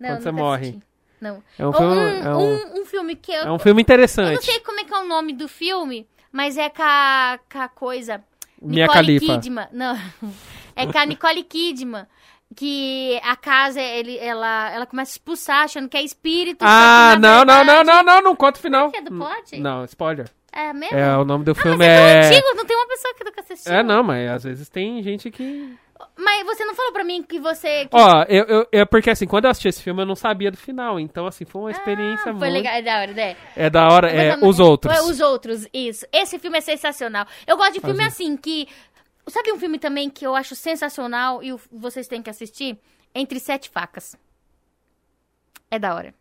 [SPEAKER 3] Não,
[SPEAKER 2] quando
[SPEAKER 3] eu
[SPEAKER 2] você
[SPEAKER 3] nunca
[SPEAKER 2] morre.
[SPEAKER 3] assisti. Não.
[SPEAKER 2] É um
[SPEAKER 3] Ou
[SPEAKER 2] filme.
[SPEAKER 3] um,
[SPEAKER 2] é, um,
[SPEAKER 3] um- um filme que eu,
[SPEAKER 2] é um filme
[SPEAKER 3] eu não
[SPEAKER 2] interessante.
[SPEAKER 3] sei como é que é o nome do filme, mas é com a, com a coisa.
[SPEAKER 2] Minha
[SPEAKER 3] Nicole
[SPEAKER 2] Califa.
[SPEAKER 3] Kidman. Não. É com a Nicole Kidman. Que a casa, ele, ela, ela começa a expulsar, achando que é espírito. só que
[SPEAKER 2] Ah,
[SPEAKER 3] na
[SPEAKER 2] não, não, não,
[SPEAKER 3] verdade-
[SPEAKER 2] não, não, não conta o final. Hum,
[SPEAKER 3] É do pote?
[SPEAKER 2] Não, spoiler.
[SPEAKER 3] É mesmo?
[SPEAKER 2] É, o nome do
[SPEAKER 3] Ah, mas
[SPEAKER 2] filme
[SPEAKER 3] é tão
[SPEAKER 2] é.
[SPEAKER 3] antigo, não tem uma pessoa que tá nunca assistiu.
[SPEAKER 2] É, não, mas às vezes tem gente que.
[SPEAKER 3] Mas você não falou pra mim que você... que-
[SPEAKER 2] Ó, eu, eu, é porque assim, quando eu assisti esse filme eu não sabia do final, então assim, foi uma
[SPEAKER 3] Ah,
[SPEAKER 2] experiência
[SPEAKER 3] foi
[SPEAKER 2] muito.
[SPEAKER 3] legal, é da hora, né?
[SPEAKER 2] É da hora, é
[SPEAKER 3] Mas,
[SPEAKER 2] os
[SPEAKER 3] mas,
[SPEAKER 2] outros.
[SPEAKER 3] é, Os outros, isso. Esse filme é sensacional. Eu gosto de
[SPEAKER 2] um-
[SPEAKER 3] filme assim, que... Sabe um filme também que eu acho sensacional e o- vocês têm que assistir? Entre Sete Facas. É da hora.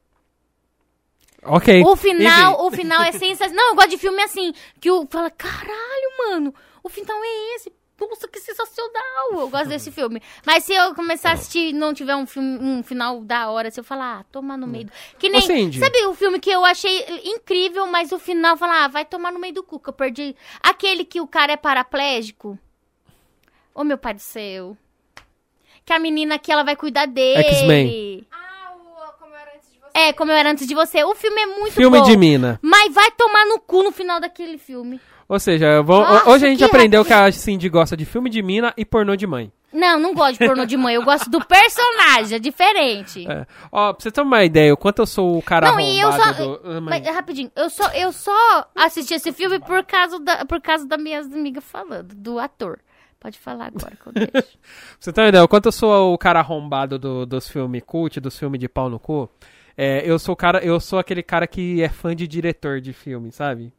[SPEAKER 2] Ok.
[SPEAKER 3] O final,
[SPEAKER 2] Enfim.
[SPEAKER 3] o final é sensacional. Não, eu gosto de filme assim, que o fala, caralho, mano, o final é esse. Nossa, que sensacional! Eu gosto desse filme. Mas se eu começar a assistir e não tiver um, filme, um final da hora, se eu falar, ah, toma no meio do... Que nem...
[SPEAKER 2] Hum. Cindy.
[SPEAKER 3] Sabe o filme que eu achei incrível, mas o final falar, ah, vai tomar no meio do cu, que eu perdi... Aquele que o cara é paraplégico? Ô, meu pai do céu. Que a menina que ela vai cuidar dele.
[SPEAKER 2] X-Men.
[SPEAKER 5] Ah, o Como Eu Era Antes de Você.
[SPEAKER 3] É, como eu era antes de você. O filme é muito
[SPEAKER 2] Filme
[SPEAKER 3] bom.
[SPEAKER 2] de mina.
[SPEAKER 3] Mas vai tomar no cu no final daquele filme.
[SPEAKER 2] Ou seja, eu vou-
[SPEAKER 3] Nossa,
[SPEAKER 2] hoje a gente
[SPEAKER 3] que
[SPEAKER 2] aprendeu que a Cindy gosta de filme de mina e pornô de mãe.
[SPEAKER 3] Não, não gosto de pornô de mãe. Eu gosto do personagem, é diferente.
[SPEAKER 2] É. Ó, pra você ter uma ideia, o quanto eu sou o cara
[SPEAKER 3] Não, e eu
[SPEAKER 2] arrombado
[SPEAKER 3] só-
[SPEAKER 2] do... Ah, mãe.
[SPEAKER 3] Mas, é, rapidinho, eu só, eu só assisti esse filme por causa da, por causa da minha amiga falando, do ator. Pode falar agora que eu deixo.
[SPEAKER 2] Pra você ter uma ideia, o quanto eu sou o cara arrombado do- dos filmes cult, dos filmes de pau no cu, é, eu sou o cara, eu sou aquele cara que é fã de diretor de filme, sabe?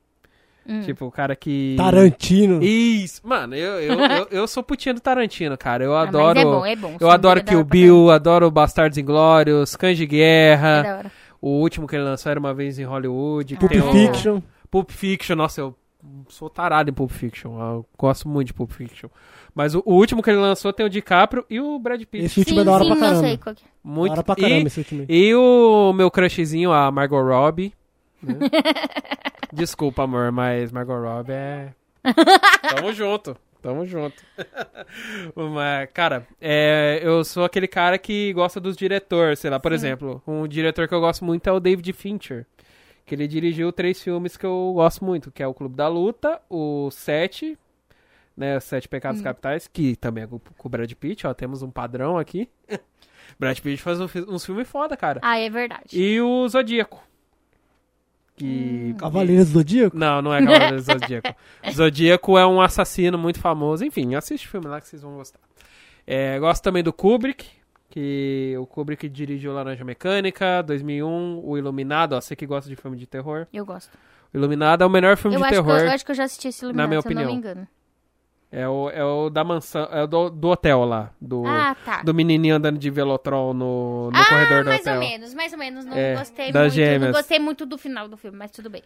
[SPEAKER 3] Hum.
[SPEAKER 2] Tipo, o cara que...
[SPEAKER 4] Tarantino.
[SPEAKER 2] Isso, mano, eu, eu, eu, eu sou putinha do Tarantino, cara. Eu
[SPEAKER 3] Ah, mas
[SPEAKER 2] adoro.
[SPEAKER 3] é bom, é bom.
[SPEAKER 2] Eu
[SPEAKER 3] Sim,
[SPEAKER 2] adoro
[SPEAKER 3] é da
[SPEAKER 2] Kill
[SPEAKER 3] hora pra
[SPEAKER 2] Bill, adoro Bastardos Inglórios, Cães de
[SPEAKER 3] caramba, é
[SPEAKER 2] Guerra.
[SPEAKER 3] da hora.
[SPEAKER 2] O último que ele lançou era uma vez em Hollywood. que
[SPEAKER 4] Pulp
[SPEAKER 2] tem um o-
[SPEAKER 4] Fiction.
[SPEAKER 2] Pulp Fiction, nossa, eu sou tarado em Pulp Fiction. Eu gosto muito de Pulp Fiction. Mas o, o último que ele lançou tem o DiCaprio e o Brad Pitt.
[SPEAKER 4] Esse último é da hora
[SPEAKER 3] sim,
[SPEAKER 4] pra
[SPEAKER 3] eu
[SPEAKER 4] caramba.
[SPEAKER 3] sei qual que é.
[SPEAKER 2] Muito
[SPEAKER 4] Da hora pra
[SPEAKER 2] e-
[SPEAKER 4] caramba esse último aí.
[SPEAKER 2] E o meu crushzinho, a Margot Robbie. né? Desculpa, amor, mas Margot Robbie é. Tamo junto. Tamo junto. Mas, cara, é, eu sou aquele cara que gosta dos diretores, sei lá. Por exemplo, um diretor que eu gosto muito é o David Fincher. Que ele dirigiu três filmes que eu gosto muito, que é o Clube da Luta, o Sete, né, os Sete Pecados Capitais, que também é com com o Brad Pitt, ó, temos um padrão aqui. Brad Pitt faz um fi- uns filmes foda, cara.
[SPEAKER 3] Ah, é verdade.
[SPEAKER 2] E o Zodíaco. Que.
[SPEAKER 4] Cavaleiros do Zodíaco?
[SPEAKER 2] Não, não é Cavaleiros do Zodíaco. Zodíaco é um assassino muito famoso. Enfim, assiste o filme lá que vocês vão gostar. É, gosto também do Kubrick, que o Kubrick dirigiu Laranja Mecânica, 2001, O Iluminado. Ó, você que gosta de filme de terror.
[SPEAKER 3] Eu gosto.
[SPEAKER 2] O Iluminado é o melhor filme
[SPEAKER 3] Eu
[SPEAKER 2] de
[SPEAKER 3] acho, que
[SPEAKER 2] terror.
[SPEAKER 3] eu, eu acho que eu já assisti esse iluminado,
[SPEAKER 2] minha
[SPEAKER 3] se eu não me
[SPEAKER 2] opinião.
[SPEAKER 3] engano.
[SPEAKER 2] É, o, é o da mansão, é o do, do hotel lá. Do,
[SPEAKER 3] Ah, tá.
[SPEAKER 2] do menininho andando de Velotron no, no
[SPEAKER 3] ah,
[SPEAKER 2] corredor do
[SPEAKER 3] mais
[SPEAKER 2] hotel.
[SPEAKER 3] ou menos, mais ou menos. Não
[SPEAKER 2] É,
[SPEAKER 3] gostei
[SPEAKER 2] das
[SPEAKER 3] muito.
[SPEAKER 2] gêmeas.
[SPEAKER 3] Não gostei muito do final do filme, mas tudo bem.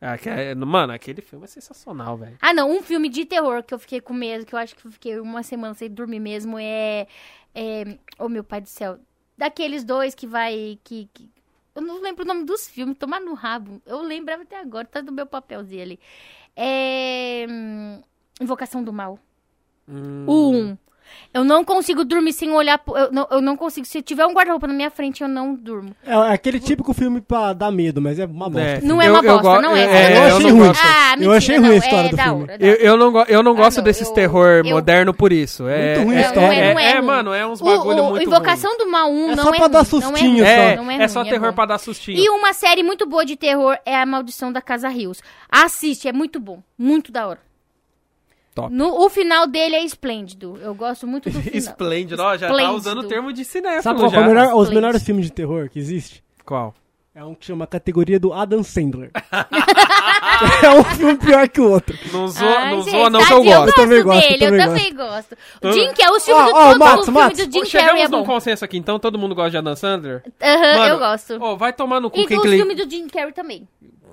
[SPEAKER 2] Ah, que é- mano, aquele filme é sensacional, velho.
[SPEAKER 3] Ah, não, um filme de terror que eu fiquei com medo, que eu acho que eu fiquei uma semana sem dormir mesmo, é. é oh, meu pai do céu. Daqueles dois que vai. Que, que- eu não lembro o nome dos filmes, tomar no rabo. Eu lembrava até agora, tá do meu papelzinho ali. É. hum, Invocação do Mal.
[SPEAKER 2] Hum.
[SPEAKER 3] O um. Eu não consigo dormir sem olhar. pro- Eu não, eu não consigo. Se tiver um guarda-roupa na minha frente, eu não durmo.
[SPEAKER 4] É
[SPEAKER 2] Hum.
[SPEAKER 4] aquele típico filme pra dar medo, mas é uma
[SPEAKER 2] Né,
[SPEAKER 4] bosta.
[SPEAKER 3] Não é uma bosta, não é.
[SPEAKER 4] Eu
[SPEAKER 2] eu
[SPEAKER 4] achei
[SPEAKER 2] não
[SPEAKER 4] ruim.
[SPEAKER 2] gosto.
[SPEAKER 3] Ah,
[SPEAKER 4] Eu
[SPEAKER 3] mentira,
[SPEAKER 4] achei
[SPEAKER 3] não,
[SPEAKER 4] ruim a história
[SPEAKER 3] é
[SPEAKER 4] do
[SPEAKER 3] da
[SPEAKER 4] filme.
[SPEAKER 3] hora, da
[SPEAKER 2] Eu, eu não, go- eu não gosto
[SPEAKER 3] Ah, não,
[SPEAKER 2] desses
[SPEAKER 3] eu-
[SPEAKER 2] terror
[SPEAKER 3] eu-
[SPEAKER 2] moderno por isso. É,
[SPEAKER 4] Muito ruim a
[SPEAKER 2] é,
[SPEAKER 4] história.
[SPEAKER 2] É,
[SPEAKER 3] Não é, não é
[SPEAKER 2] é,
[SPEAKER 3] ruim.
[SPEAKER 2] mano, é uns
[SPEAKER 3] O-
[SPEAKER 2] bagulho
[SPEAKER 3] o,
[SPEAKER 2] muito
[SPEAKER 3] Invocação do Mal 1
[SPEAKER 4] É
[SPEAKER 3] não
[SPEAKER 4] só
[SPEAKER 3] é
[SPEAKER 4] pra dar
[SPEAKER 3] ruim, não é
[SPEAKER 4] sustinho,
[SPEAKER 2] ruim.
[SPEAKER 3] ruim,
[SPEAKER 2] É,
[SPEAKER 3] não
[SPEAKER 2] é,
[SPEAKER 3] ruim,
[SPEAKER 2] só terror
[SPEAKER 3] bom.
[SPEAKER 2] pra dar sustinho.
[SPEAKER 3] E uma série muito boa de terror é A Maldição da Casa Rios. Assiste, é muito bom. Muito da hora.
[SPEAKER 2] Top.
[SPEAKER 3] No, o final dele é esplêndido. Eu gosto muito do final.
[SPEAKER 2] Esplêndido, ó, já tá
[SPEAKER 3] Esplêndido.
[SPEAKER 2] usando o termo de cinéfilo
[SPEAKER 4] Sabe qual que é
[SPEAKER 2] já.
[SPEAKER 4] o melhor- os
[SPEAKER 3] Excelente.
[SPEAKER 4] melhores filmes de terror que existe?
[SPEAKER 2] Qual?
[SPEAKER 4] É um que chama categoria do Adam Sandler. é um filme pior que o outro.
[SPEAKER 2] Não zoa,
[SPEAKER 3] Ai,
[SPEAKER 2] não,
[SPEAKER 3] Ah, gente, tá
[SPEAKER 2] zoa não que eu
[SPEAKER 3] tadinho,
[SPEAKER 2] gosto.
[SPEAKER 4] Eu também
[SPEAKER 3] Eu gosto
[SPEAKER 4] gosto,
[SPEAKER 3] dele,
[SPEAKER 4] eu
[SPEAKER 3] eu
[SPEAKER 4] também
[SPEAKER 3] também gosto. O Jim Carrey, o filme
[SPEAKER 4] Ó,
[SPEAKER 3] do
[SPEAKER 4] ó,
[SPEAKER 3] todo
[SPEAKER 4] Matos,
[SPEAKER 3] o filme
[SPEAKER 4] Matos.
[SPEAKER 3] do Jim Carrey é
[SPEAKER 2] Chegamos num
[SPEAKER 3] bom.
[SPEAKER 2] consenso aqui, então todo mundo gosta de Adam Sandler?
[SPEAKER 3] Aham,
[SPEAKER 2] Mano,
[SPEAKER 3] eu gosto.
[SPEAKER 2] Ô, vai tomar no cu
[SPEAKER 3] E
[SPEAKER 2] quem
[SPEAKER 3] o
[SPEAKER 2] cli-
[SPEAKER 3] filme do Jim Carrey também.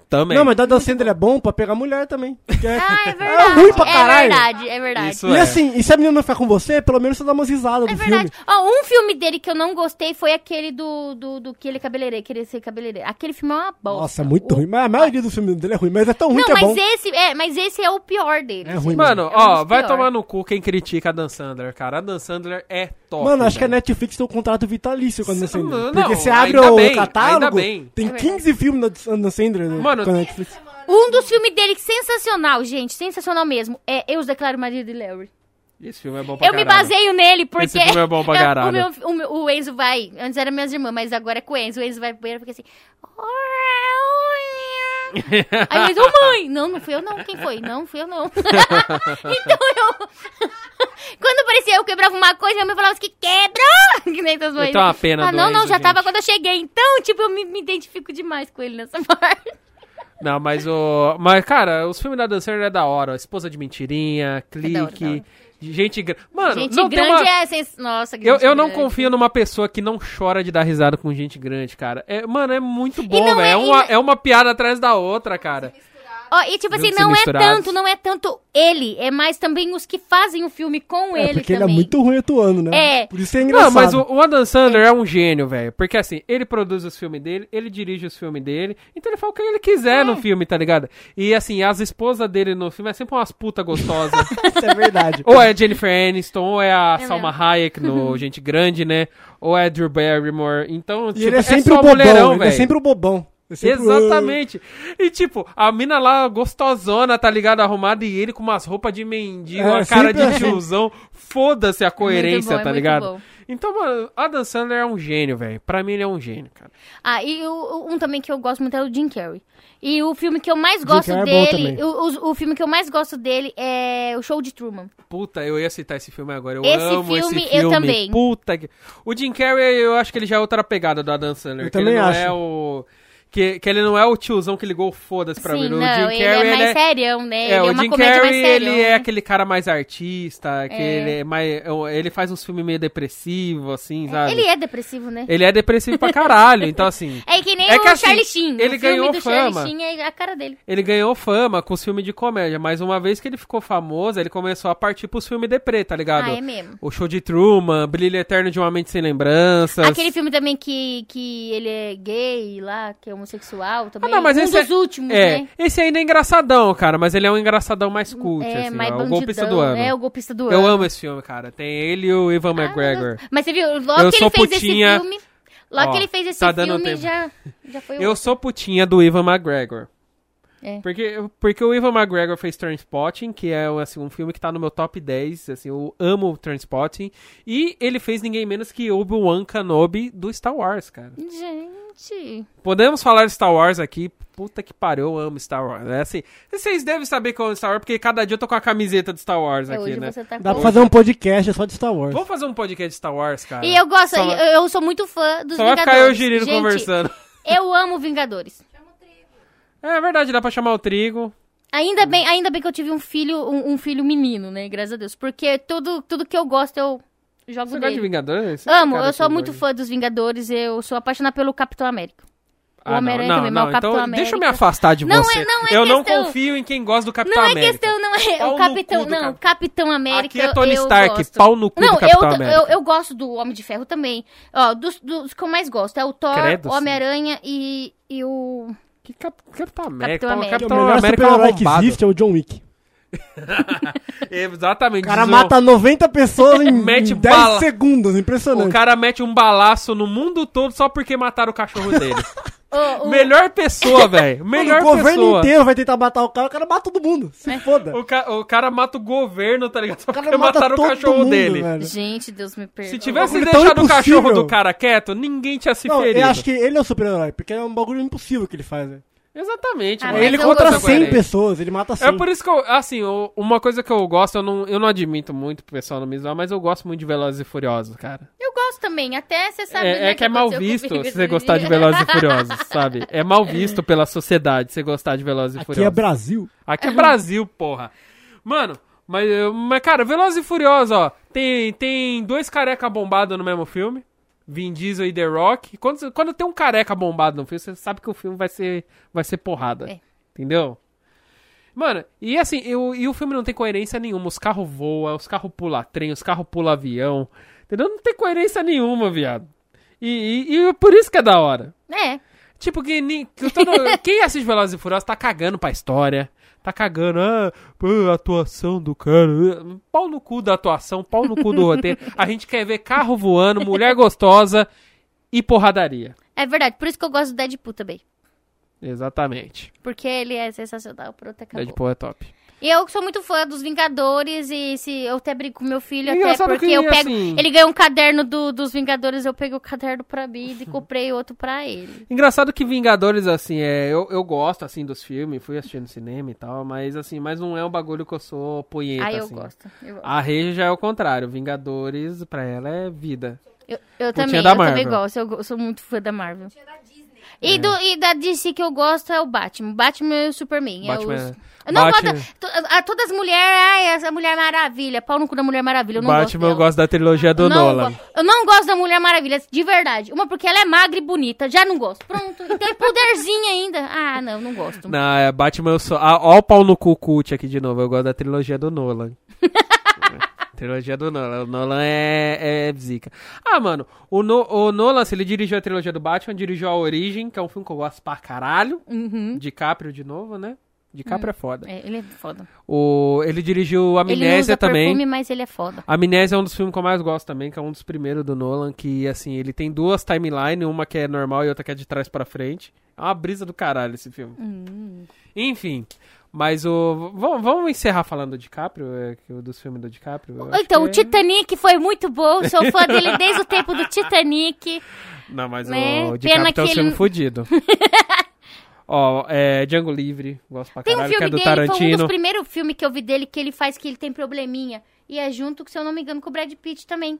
[SPEAKER 2] Também.
[SPEAKER 4] Não, mas o Adam Sandler é bom pra pegar mulher também. Que é-
[SPEAKER 3] Ah, é
[SPEAKER 4] É
[SPEAKER 3] verdade.
[SPEAKER 4] ruim pra caralho.
[SPEAKER 3] É verdade, é verdade.
[SPEAKER 2] Isso
[SPEAKER 4] E
[SPEAKER 2] é.
[SPEAKER 4] assim, e se a menina não ficar com você, pelo menos você dá umas risadas
[SPEAKER 3] É
[SPEAKER 4] do
[SPEAKER 3] verdade.
[SPEAKER 4] filme.
[SPEAKER 3] Ó, um filme dele que eu não gostei foi aquele do, do, do que ele é cabeleireiro, querer ser cabeleireiro. Aquele filme é uma bosta.
[SPEAKER 4] Nossa, é muito ruim. Mas a maioria do filme dele é ruim, mas é tão ruim
[SPEAKER 3] Não,
[SPEAKER 4] que é
[SPEAKER 3] mas
[SPEAKER 4] bom.
[SPEAKER 3] esse, é, mas esse é o pior dele.
[SPEAKER 4] É ruim.
[SPEAKER 2] Mano,
[SPEAKER 3] É um
[SPEAKER 2] ó,
[SPEAKER 3] dos
[SPEAKER 2] vai
[SPEAKER 3] pior.
[SPEAKER 2] tomar no cu quem critica a Dan Sandler, cara. A Dan Sandler é top.
[SPEAKER 4] Mano, acho que a
[SPEAKER 2] velho.
[SPEAKER 4] Netflix tem um contrato vitalício com a
[SPEAKER 2] Cê- tá
[SPEAKER 4] Adam
[SPEAKER 2] não,
[SPEAKER 4] Sandler. Porque você abre
[SPEAKER 2] ainda
[SPEAKER 4] o
[SPEAKER 2] bem, ainda
[SPEAKER 4] catálogo,
[SPEAKER 2] bem.
[SPEAKER 4] tem
[SPEAKER 3] É
[SPEAKER 4] 15 filmes da Adam Sandler né,
[SPEAKER 2] Mano,
[SPEAKER 4] com a Netflix.
[SPEAKER 3] Um dos filmes dele que sensacional, gente, sensacional mesmo, é Eu Os Declaro Marido de Larry.
[SPEAKER 2] Esse filme é bom pra
[SPEAKER 3] Eu me
[SPEAKER 2] caralho.
[SPEAKER 3] baseio nele porque.
[SPEAKER 2] Esse filme é bom pra
[SPEAKER 3] eu-
[SPEAKER 2] caralho.
[SPEAKER 3] o, meu- o meu- o Enzo vai. Antes era minhas irmãs, mas agora é com o Enzo. O Enzo vai pro banheiro porque assim. Aí o Enzo, "Ô, mãe! Não, não fui eu não. Quem foi? Não, fui eu não. então eu. Quando parecia eu quebrava uma coisa, minha mãe falava assim, que quebra! Que nem todas as
[SPEAKER 2] tenho
[SPEAKER 3] mães.
[SPEAKER 2] Então é uma pena
[SPEAKER 3] Ah,
[SPEAKER 2] do
[SPEAKER 3] não, não,
[SPEAKER 2] Enzo,
[SPEAKER 3] já tava
[SPEAKER 2] gente.
[SPEAKER 3] quando eu cheguei. Então, tipo, eu me, me identifico demais com ele nessa parte.
[SPEAKER 2] Não, mas o. Mas, cara, os filmes da Dan Sandler é da hora. ó. Esposa de mentirinha, clique.
[SPEAKER 3] É da hora, da hora.
[SPEAKER 2] Gente grande. Mano,
[SPEAKER 3] Gente
[SPEAKER 2] não tem
[SPEAKER 3] grande
[SPEAKER 2] uma...
[SPEAKER 3] é. Sens... Nossa, que
[SPEAKER 2] Eu,
[SPEAKER 3] gente
[SPEAKER 2] eu não
[SPEAKER 3] grande.
[SPEAKER 2] confio numa pessoa que não chora de dar risada com gente grande, cara. É, mano, é muito bom,
[SPEAKER 3] não
[SPEAKER 2] velho. É,
[SPEAKER 3] é- e
[SPEAKER 2] uma,
[SPEAKER 3] não-
[SPEAKER 2] é uma piada atrás da outra, cara.
[SPEAKER 3] Ó, e tipo assim,
[SPEAKER 2] Juntos e
[SPEAKER 3] não é
[SPEAKER 2] misturados.
[SPEAKER 3] tanto, não é tanto ele, é mais também os que fazem o filme com
[SPEAKER 4] É
[SPEAKER 3] ele
[SPEAKER 4] porque ele é
[SPEAKER 3] também.
[SPEAKER 4] muito ruim atuando, né?
[SPEAKER 3] É.
[SPEAKER 4] Por isso é engraçado.
[SPEAKER 2] Não, mas o, o Adam Sandler é. um gênio, velho. Porque assim, ele produz os filmes dele, ele dirige os filmes dele, então ele faz o que ele quiser
[SPEAKER 4] É.
[SPEAKER 2] no filme, tá ligado? E assim, as esposas dele no filme é sempre umas puta gostosas.
[SPEAKER 4] Isso é verdade.
[SPEAKER 2] ou é a Jennifer Aniston, ou é a
[SPEAKER 3] É
[SPEAKER 2] Salma Hayek no Gente Grande, né? Ou é a Drew Barrymore. Então,
[SPEAKER 4] E ele é sempre
[SPEAKER 2] só
[SPEAKER 4] o bobão,
[SPEAKER 2] mulherão,
[SPEAKER 4] ele é
[SPEAKER 2] velho.
[SPEAKER 4] sempre o bobão. É sempre o-
[SPEAKER 2] Exatamente. E tipo, a mina lá gostosona, tá ligado? Arrumada, e ele com umas roupas de mendigo,
[SPEAKER 4] É,
[SPEAKER 2] uma cara de
[SPEAKER 4] sempre assim.
[SPEAKER 2] tiozão. Foda-se a coerência,
[SPEAKER 3] bom, é
[SPEAKER 2] tá
[SPEAKER 3] muito
[SPEAKER 2] ligado?
[SPEAKER 3] bom.
[SPEAKER 2] Então, mano, Adam Sandler é um gênio, velho. Pra mim, ele é um gênio, cara.
[SPEAKER 3] Ah, e o- o- um também que eu gosto muito é o Jim Carrey. E o filme que eu mais gosto
[SPEAKER 4] Carrey é bom
[SPEAKER 3] dele,
[SPEAKER 4] também.
[SPEAKER 3] o, os- o filme que eu mais gosto dele é o Show de Truman.
[SPEAKER 2] Puta, eu ia citar esse filme agora. Eu
[SPEAKER 3] Esse
[SPEAKER 2] amo esse
[SPEAKER 3] filme,
[SPEAKER 2] filme.
[SPEAKER 3] eu também.
[SPEAKER 2] Puta que... O Jim Carrey, eu acho que ele já é outra pegada do Adam Sandler.
[SPEAKER 4] Eu
[SPEAKER 2] que ele
[SPEAKER 4] também
[SPEAKER 2] não
[SPEAKER 4] acho.
[SPEAKER 2] é o... Que, que ele não é o tiozão que ligou o foda-se pra
[SPEAKER 3] Sim,
[SPEAKER 2] mim. O
[SPEAKER 3] não,
[SPEAKER 2] Jim Carrey,
[SPEAKER 3] ele é mais
[SPEAKER 2] ele é...
[SPEAKER 3] serião, né? ele é
[SPEAKER 2] o
[SPEAKER 3] uma
[SPEAKER 2] Jim
[SPEAKER 3] comédia
[SPEAKER 2] Carrey,
[SPEAKER 3] mais serião.
[SPEAKER 2] ele é aquele cara mais artista, que
[SPEAKER 3] É.
[SPEAKER 2] ele é mais, ele faz uns filmes meio depressivo, assim, sabe?
[SPEAKER 3] Ele é depressivo, né?
[SPEAKER 2] Ele é depressivo pra caralho, então assim,
[SPEAKER 3] É que nem
[SPEAKER 2] É
[SPEAKER 3] o
[SPEAKER 2] que assim,
[SPEAKER 3] Charlie Sheen.
[SPEAKER 2] ele
[SPEAKER 3] o filme
[SPEAKER 2] ganhou
[SPEAKER 3] do
[SPEAKER 2] fama.
[SPEAKER 3] Charlie Sheen é a cara dele.
[SPEAKER 2] ele ganhou fama com os filmes de comédia, mas uma vez que ele ficou famoso, ele começou a partir pros filmes deprê, tá ligado?
[SPEAKER 3] Ah, é mesmo.
[SPEAKER 2] O show de Truman, Brilho Eterno de Uma Mente Sem Lembranças.
[SPEAKER 3] Aquele filme também que, que ele é gay lá, que é homossexual
[SPEAKER 2] Ah,
[SPEAKER 3] também.
[SPEAKER 2] não, mas
[SPEAKER 3] um
[SPEAKER 2] esse
[SPEAKER 3] dos
[SPEAKER 2] é-
[SPEAKER 3] últimos,
[SPEAKER 2] é,
[SPEAKER 3] né?
[SPEAKER 2] esse ainda é engraçadão, cara, mas ele é um engraçadão mais cult,
[SPEAKER 3] É,
[SPEAKER 2] assim,
[SPEAKER 3] mais
[SPEAKER 2] ó, o
[SPEAKER 3] bandidão,
[SPEAKER 2] golpista do ano.
[SPEAKER 3] É, o Ah, golpista do
[SPEAKER 2] Eu
[SPEAKER 3] ano.
[SPEAKER 2] amo esse filme, cara. Tem ele e o Ivan McGregor.
[SPEAKER 3] Mas você viu, logo
[SPEAKER 2] Eu
[SPEAKER 3] que
[SPEAKER 2] sou
[SPEAKER 3] ele fez
[SPEAKER 2] putinha.
[SPEAKER 3] esse filme... Logo
[SPEAKER 2] Ó,
[SPEAKER 3] que ele fez esse
[SPEAKER 2] tá dando
[SPEAKER 3] filme,
[SPEAKER 2] tempo.
[SPEAKER 3] já, já foi um o
[SPEAKER 2] Eu sou putinha do Ivan McGregor.
[SPEAKER 3] É.
[SPEAKER 2] Porque, porque o Ivan McGregor fez Transpotting, que é assim, um filme que tá no meu top 10, assim, eu amo Transpotting. E ele fez ninguém menos que Obi-Wan Kenobi do Star Wars, cara.
[SPEAKER 3] Gente...
[SPEAKER 2] Podemos falar de Star Wars aqui. Puta que pariu, eu amo Star Wars. É assim, vocês devem saber que eu amo Star Wars, porque cada dia eu tô com a camiseta de Star Wars
[SPEAKER 3] é,
[SPEAKER 2] aqui,
[SPEAKER 3] hoje
[SPEAKER 2] né?
[SPEAKER 3] você tá
[SPEAKER 4] Dá pra
[SPEAKER 3] com-
[SPEAKER 4] fazer um podcast só de Star Wars.
[SPEAKER 2] Vamos fazer um podcast de Star Wars, cara?
[SPEAKER 3] E eu gosto,
[SPEAKER 2] Só,
[SPEAKER 3] eu, eu sou muito fã dos
[SPEAKER 2] só vai
[SPEAKER 3] Vingadores.
[SPEAKER 2] ficar eu e o Girino
[SPEAKER 3] Gente,
[SPEAKER 2] conversando.
[SPEAKER 3] eu amo Vingadores.
[SPEAKER 2] É verdade, dá pra chamar o Trigo.
[SPEAKER 3] Ainda bem, ainda bem que eu tive um filho, um, um filho menino, né? Graças a Deus. Porque tudo, tudo que eu gosto, eu jogo
[SPEAKER 2] Você gosta de
[SPEAKER 3] dele.
[SPEAKER 2] Vingadores?
[SPEAKER 3] Amo,
[SPEAKER 2] Cara,
[SPEAKER 3] eu sou
[SPEAKER 2] que
[SPEAKER 3] muito
[SPEAKER 2] doido.
[SPEAKER 3] fã dos Vingadores, eu sou apaixonada pelo Capitão América.
[SPEAKER 2] Ah,
[SPEAKER 3] O Homem-Aranha também, mas o Capitão
[SPEAKER 2] então,
[SPEAKER 3] América-
[SPEAKER 2] Deixa eu me afastar de
[SPEAKER 3] Não
[SPEAKER 2] você.
[SPEAKER 3] é- não é
[SPEAKER 2] eu não
[SPEAKER 3] questão.
[SPEAKER 2] confio em quem gosta do Capitão
[SPEAKER 3] Não é
[SPEAKER 2] América.
[SPEAKER 3] questão, não é.
[SPEAKER 2] Pau
[SPEAKER 3] O
[SPEAKER 2] no
[SPEAKER 3] Capitão,
[SPEAKER 2] cu do
[SPEAKER 3] não,
[SPEAKER 2] Cap-
[SPEAKER 3] Capitão América.
[SPEAKER 2] Aqui é Tony
[SPEAKER 3] eu
[SPEAKER 2] Stark,
[SPEAKER 3] gosto.
[SPEAKER 2] pau no cu
[SPEAKER 3] Não,
[SPEAKER 2] do Capitão
[SPEAKER 3] eu,
[SPEAKER 2] América.
[SPEAKER 3] eu, eu gosto do Homem de Ferro também. Ó, dos, dos que eu mais gosto é o Thor,
[SPEAKER 2] Credo,
[SPEAKER 3] o Homem-Aranha e, e o.
[SPEAKER 2] Que Cap- Capitão América?
[SPEAKER 3] Capitão
[SPEAKER 2] Pô,
[SPEAKER 3] América.
[SPEAKER 4] Porque
[SPEAKER 2] Capitão
[SPEAKER 4] o melhor
[SPEAKER 2] América é um
[SPEAKER 4] super-herói que
[SPEAKER 2] arrombado.
[SPEAKER 4] existe é o John Wick.
[SPEAKER 2] Exatamente.
[SPEAKER 4] O cara
[SPEAKER 2] desonra-
[SPEAKER 4] mata 90 pessoas em
[SPEAKER 2] Mete
[SPEAKER 4] em 10
[SPEAKER 2] bala.
[SPEAKER 4] segundos,
[SPEAKER 2] O
[SPEAKER 4] impressionante.
[SPEAKER 2] cara mete um balaço no mundo todo só porque mataram o cachorro dele.
[SPEAKER 3] o- o-
[SPEAKER 2] Melhor pessoa, velho. Melhor
[SPEAKER 4] o governo
[SPEAKER 2] pessoa.
[SPEAKER 4] inteiro vai tentar matar o cara, o cara mata todo mundo.
[SPEAKER 3] É.
[SPEAKER 4] Se foda.
[SPEAKER 2] O, ca- o cara mata o governo, tá ligado? Só
[SPEAKER 4] O cara
[SPEAKER 2] porque
[SPEAKER 4] mata
[SPEAKER 2] mataram o
[SPEAKER 4] todo
[SPEAKER 2] cachorro
[SPEAKER 4] mundo,
[SPEAKER 2] dele.
[SPEAKER 4] velho.
[SPEAKER 3] Gente, Deus me perdoe.
[SPEAKER 2] Se tivesse
[SPEAKER 4] bagulho tão
[SPEAKER 2] deixado o
[SPEAKER 4] impossível.
[SPEAKER 2] cachorro do cara quieto, ninguém tinha se
[SPEAKER 4] Não,
[SPEAKER 2] ferido.
[SPEAKER 4] eu acho que ele é o super-herói, porque é um bagulho impossível que ele faz, né?
[SPEAKER 2] Exatamente.
[SPEAKER 3] Ah,
[SPEAKER 2] mano.
[SPEAKER 3] mas
[SPEAKER 4] ele
[SPEAKER 3] eu
[SPEAKER 4] contra
[SPEAKER 3] gosto.
[SPEAKER 4] 100 pessoas, ele mata 100.
[SPEAKER 2] É por isso que eu, assim, eu- uma coisa que eu gosto, eu não, eu não admito muito pro pessoal não me zoar, mas eu gosto muito de Velozes e Furiosos, cara.
[SPEAKER 3] Eu gosto também, até você sabe.
[SPEAKER 2] É,
[SPEAKER 3] né,
[SPEAKER 2] é que é mal
[SPEAKER 3] aconteceu
[SPEAKER 2] visto
[SPEAKER 3] comigo
[SPEAKER 2] se você
[SPEAKER 3] esses
[SPEAKER 2] gostar de
[SPEAKER 3] dias.
[SPEAKER 2] Velozes e Furiosos, sabe? É mal visto pela sociedade você gostar de Velozes e
[SPEAKER 4] Que é
[SPEAKER 2] Furiosos.
[SPEAKER 4] Brasil.
[SPEAKER 2] Aqui é Brasil, porra. Mano, mas, eu- mas cara, Velozes e Furiosos, ó, tem, tem dois careca bombado no mesmo filme. Vin Diesel e The Rock. Quando, você- quando tem um careca bombado no filme, você sabe que o filme vai ser, vai ser porrada.
[SPEAKER 3] É.
[SPEAKER 2] Entendeu? Mano, e assim, eu, e o filme não tem coerência nenhuma. Os carros voam, os carros pulam trem, os carros pulam avião. Entendeu? Não tem coerência nenhuma, viado. E, e, e por isso que é da hora.
[SPEAKER 3] É.
[SPEAKER 2] Tipo, que, nem- que todo- quem assiste Velozes e Furiosos tá cagando pra história. Tá cagando, ah, pô, a atuação do cara. ah, Pau no cu da atuação, pau no cu do roteiro. A gente quer ver carro voando, mulher gostosa e porradaria.
[SPEAKER 3] É verdade, por isso que eu gosto do Deadpool também.
[SPEAKER 2] Exatamente.
[SPEAKER 3] Porque ele é sensacional, pronto, acabou.
[SPEAKER 2] Deadpool é top.
[SPEAKER 3] E eu que sou muito fã dos Vingadores e se eu até brigo com meu filho, até
[SPEAKER 2] Engraçado
[SPEAKER 3] porque
[SPEAKER 2] que,
[SPEAKER 3] eu pego.
[SPEAKER 2] assim-
[SPEAKER 3] Ele ganhou um caderno do- dos Vingadores, eu peguei o caderno pra mim e comprei outro pra ele.
[SPEAKER 2] Engraçado que Vingadores, assim, é. Eu, eu gosto, assim, dos filmes, fui assistindo cinema e tal, mas, assim, mas não é um bagulho que eu sou punheta,
[SPEAKER 3] Aí Ah, eu
[SPEAKER 2] assim.
[SPEAKER 3] gosto. Eu, gosto.
[SPEAKER 2] A Reja já é o contrário. Vingadores, pra ela, é vida.
[SPEAKER 3] eu, eu também,
[SPEAKER 2] da
[SPEAKER 3] eu também
[SPEAKER 2] Marvel.
[SPEAKER 3] gosto. Eu go- sou muito fã da Marvel.
[SPEAKER 5] Tinha da Disney.
[SPEAKER 3] E, do, e da DC que eu gosto é o Batman. O Batman e o Superman. é
[SPEAKER 2] Batman
[SPEAKER 3] os-
[SPEAKER 2] é-
[SPEAKER 3] Eu não
[SPEAKER 2] Batman-
[SPEAKER 3] gosto. to- A, a todas as mulheres, ai, essa Mulher Maravilha. Pau no cu da Mulher Maravilha. Eu não gosto.
[SPEAKER 2] Batman, eu
[SPEAKER 3] dela.
[SPEAKER 2] gosto da trilogia do
[SPEAKER 3] não
[SPEAKER 2] Nolan.
[SPEAKER 3] go- Eu não gosto da Mulher Maravilha, de verdade. Uma porque ela é magra e bonita, já não gosto. Pronto, e tem poderzinho ainda. Ah, não, não gosto.
[SPEAKER 2] Não, é Batman eu sou. Ah, ó o pau no cu cult aqui de novo. Eu gosto da trilogia do Nolan. É, trilogia do Nolan. O Nolan é, é zica. Ah, mano, o, No- o Nolan, se ele dirigiu a trilogia do Batman, dirigiu a Origem, que é um filme que eu gosto pra caralho.
[SPEAKER 3] Uhum.
[SPEAKER 2] DiCaprio de novo, né? DiCaprio é foda.
[SPEAKER 3] É, ele é foda.
[SPEAKER 2] O, ele dirigiu
[SPEAKER 3] ele não
[SPEAKER 2] Amnésia
[SPEAKER 3] usa
[SPEAKER 2] também.
[SPEAKER 3] perfume, mas ele é foda.
[SPEAKER 2] Amnésia é um dos filmes que eu mais gosto também, que é um dos primeiros do Nolan, que, assim, ele tem duas timelines, uma que é normal e outra que é de trás pra frente. É uma brisa do caralho esse filme.
[SPEAKER 3] Hum.
[SPEAKER 2] Enfim, mas o... Vamos, vamos encerrar falando do DiCaprio, é, que o- dos filmes do DiCaprio? Eu acho
[SPEAKER 3] Então, o
[SPEAKER 2] que é-
[SPEAKER 3] Titanic foi muito bom. Sou fã dele desde o tempo do Titanic.
[SPEAKER 2] Não, mas
[SPEAKER 3] né?
[SPEAKER 2] o
[SPEAKER 3] Pena
[SPEAKER 2] DiCaprio
[SPEAKER 3] que
[SPEAKER 2] tem um
[SPEAKER 3] ele
[SPEAKER 2] filme
[SPEAKER 3] não-
[SPEAKER 2] fudido. Ó, é Django Livre, gosto pra
[SPEAKER 3] Tem um
[SPEAKER 2] caralho, que é
[SPEAKER 3] filme
[SPEAKER 2] do
[SPEAKER 3] dele, foi um
[SPEAKER 2] Tarantino.
[SPEAKER 3] dos primeiros filmes que eu vi dele que ele faz que ele tem probleminha. E é junto, se eu não me engano, com o Brad Pitt também.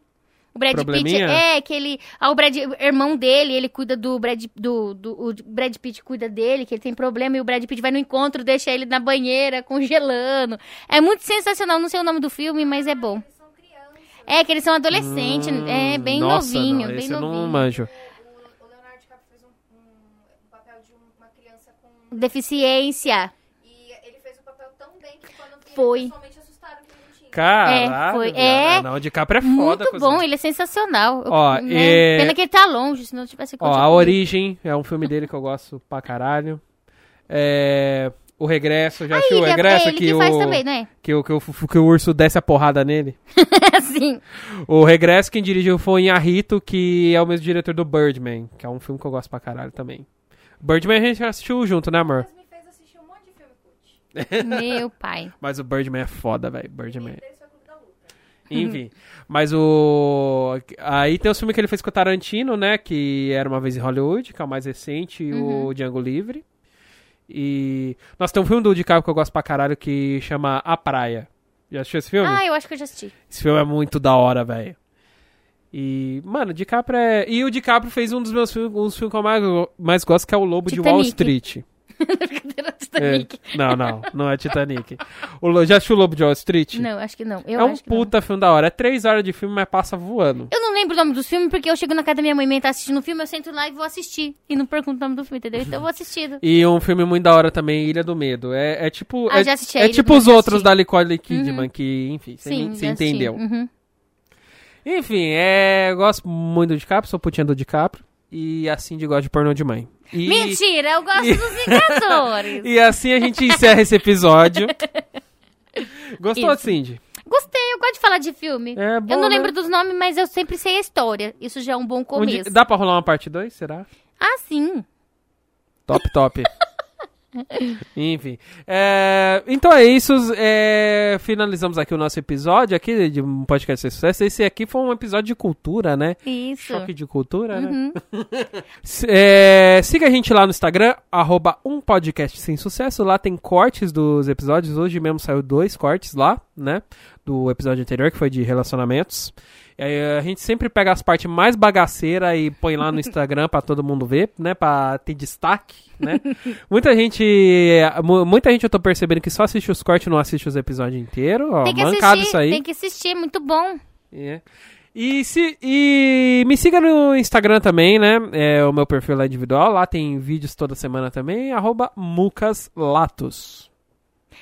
[SPEAKER 3] O Brad Pitt
[SPEAKER 2] Probleminha?
[SPEAKER 3] é que ele. Ah, o Brad, o irmão dele, ele cuida do Brad. Do, do, o Brad Pitt cuida dele, que ele tem problema, e o Brad Pitt vai no encontro, deixa ele na banheira, congelando. É muito sensacional, não sei o nome do filme, mas é bom.
[SPEAKER 5] Eles são crianças.
[SPEAKER 3] É, que eles são adolescentes, é bem
[SPEAKER 2] Hum, Nossa,
[SPEAKER 3] novinho,
[SPEAKER 2] não,
[SPEAKER 3] bem
[SPEAKER 2] esse eu
[SPEAKER 3] novinho.
[SPEAKER 2] não manjo.
[SPEAKER 5] O, o Leonardo DiCaprio fez um, um- um papel de uma criança com...
[SPEAKER 3] Deficiência.
[SPEAKER 5] E ele fez um papel tão bem que quando viram,
[SPEAKER 3] Foi.
[SPEAKER 5] pessoalmente assustaram que ele não tinha.
[SPEAKER 2] Caralho,
[SPEAKER 3] foi-
[SPEAKER 2] viado,
[SPEAKER 3] é
[SPEAKER 2] Não, o DiCaprio é foda.
[SPEAKER 3] Muito
[SPEAKER 2] cuzão.
[SPEAKER 3] bom, ele é sensacional. Eu-
[SPEAKER 2] Ó,
[SPEAKER 3] né?
[SPEAKER 2] é-
[SPEAKER 3] Pena que ele tá longe, senão tivesse
[SPEAKER 2] Ó,
[SPEAKER 3] continuado.
[SPEAKER 2] A Origem é um filme dele que eu gosto pra caralho. É, O Regresso, já assistiu o
[SPEAKER 3] Ele é-
[SPEAKER 2] Regresso?
[SPEAKER 3] é ele que,
[SPEAKER 2] o...
[SPEAKER 3] faz também, né?
[SPEAKER 2] Que, o, que, o, que o urso desce a porrada nele.
[SPEAKER 3] assim.
[SPEAKER 2] O Regresso quem dirigiu foi Inharito, que é o mesmo diretor do Birdman, que é um filme que eu gosto pra caralho também. Birdman a gente já assistiu junto, né, amor?
[SPEAKER 5] Mas me fez assistir um monte de filme cult.
[SPEAKER 3] Meu pai.
[SPEAKER 2] Mas o Birdman é foda, velho. Birdman. é
[SPEAKER 5] Ele foi o Clube da Luta.
[SPEAKER 2] Enfim. Mas o. Aí tem o filme que ele fez com o Tarantino, né? Que era Uma Vez em Hollywood, que é o mais recente, e
[SPEAKER 3] Uhum.
[SPEAKER 2] o Django Livre. E. Nossa, tem um filme do DiCaprio que eu gosto pra caralho que chama A Praia. Já assistiu esse filme?
[SPEAKER 3] Ah, eu acho que eu já assisti.
[SPEAKER 2] Esse filme é muito da hora, velho. E, mano, o DiCaprio é. E o DiCaprio fez um dos meus filmes, um dos filmes que eu mais, mais gosto, que é O Lobo de Wall
[SPEAKER 3] Titanic.
[SPEAKER 2] Street.
[SPEAKER 3] Brincadeira do Titanic.
[SPEAKER 2] É. Não, não, não é Titanic. O, Lo- já assistiu O Lobo de Wall Street?
[SPEAKER 3] Não, acho que não. Eu
[SPEAKER 2] é um
[SPEAKER 3] acho que não.
[SPEAKER 2] puta filme da hora. É três horas de filme, mas passa voando.
[SPEAKER 3] Eu não lembro o nome dos filmes, porque eu chego na casa da minha mãe e minha mãe tá assistindo um filme, eu sento lá e vou assistir. E não pergunto o nome do filme, entendeu? Então eu vou assistindo.
[SPEAKER 2] E um filme muito da hora também, Ilha do Medo. É, é tipo.
[SPEAKER 3] Ah,
[SPEAKER 2] é,
[SPEAKER 3] já assisti a
[SPEAKER 2] é
[SPEAKER 3] Ilha
[SPEAKER 2] tipo
[SPEAKER 3] do
[SPEAKER 2] os
[SPEAKER 3] Medo,
[SPEAKER 2] outros
[SPEAKER 3] assisti.
[SPEAKER 2] da Nicole Kidman, que, enfim, você
[SPEAKER 3] Uhum. Sim,
[SPEAKER 2] você
[SPEAKER 3] já assisti.
[SPEAKER 2] entendeu.
[SPEAKER 3] Uhum.
[SPEAKER 2] Enfim, é. Eu gosto muito do DiCaprio, sou putinha do DiCaprio. E assim de gosto de pornô de mãe. E,
[SPEAKER 3] Mentira, eu gosto dos Vingadores.
[SPEAKER 2] E assim a gente encerra esse episódio. Gostou,
[SPEAKER 3] Isso.
[SPEAKER 2] Cindy?
[SPEAKER 3] Gostei, eu gosto de falar de filme.
[SPEAKER 2] É bom,
[SPEAKER 3] eu não
[SPEAKER 2] né?
[SPEAKER 3] lembro dos nomes, mas eu sempre sei a história. Isso já é um bom
[SPEAKER 2] Um
[SPEAKER 3] começo.
[SPEAKER 2] di- dá pra rolar uma parte 2, será?
[SPEAKER 3] Ah, sim.
[SPEAKER 2] Top, top. Enfim. É, então é isso. é, finalizamos aqui o nosso episódio aqui de um podcast de sucesso. Esse aqui foi um episódio de cultura, né?
[SPEAKER 3] Isso. Uhum.
[SPEAKER 2] Choque de cultura, né? S- é, siga a gente lá no Instagram, arroba um podcast sem sucesso. Lá tem cortes dos episódios. Hoje mesmo saiu dois cortes lá, né? Do episódio anterior, que foi de relacionamentos. É, a gente sempre pega as partes mais bagaceiras e põe lá no Instagram pra todo mundo ver, né? Pra ter destaque, né? Muita gente. mu- Muita gente eu tô percebendo que só assiste os cortes e não assiste os episódios inteiros. Ó,
[SPEAKER 3] Tem que
[SPEAKER 2] mancado
[SPEAKER 3] assistir,
[SPEAKER 2] isso aí.
[SPEAKER 3] tem que assistir, muito bom.
[SPEAKER 2] É. E, se, e me siga no Instagram também, né? É o meu perfil lá individual. Lá tem vídeos toda semana também. Arroba MucasLatos.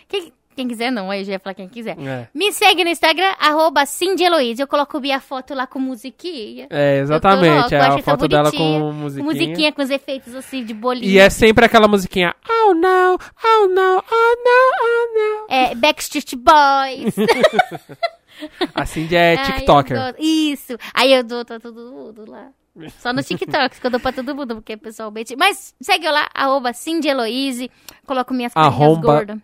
[SPEAKER 3] Quem, quem quiser não, aí eu já ia falar quem quiser.
[SPEAKER 2] É.
[SPEAKER 3] Me segue no Instagram, arroba Cindy Heloísa. Eu coloco minha foto lá com musiquinha.
[SPEAKER 2] É,
[SPEAKER 3] Eu
[SPEAKER 2] exatamente.
[SPEAKER 3] coloco,
[SPEAKER 2] É
[SPEAKER 3] acho
[SPEAKER 2] a
[SPEAKER 3] essa
[SPEAKER 2] foto dela
[SPEAKER 3] bonitinha,
[SPEAKER 2] com
[SPEAKER 3] Com
[SPEAKER 2] musiquinha.
[SPEAKER 3] musiquinha com os efeitos assim de bolinha.
[SPEAKER 2] E é sempre aquela musiquinha. Oh não, oh não, oh não, oh
[SPEAKER 3] É, Backstreet Boys.
[SPEAKER 2] não. Assim de é
[SPEAKER 3] Ai, eu
[SPEAKER 2] TikToker.
[SPEAKER 3] gosto. Isso. Aí eu dou pra todo mundo lá. Só no TikTok, que eu dou pra todo mundo, porque pessoalmente. Mas segue eu lá, arroba Cindy Heloise. Coloco minhas carinhas
[SPEAKER 2] Arromba.
[SPEAKER 3] gordas.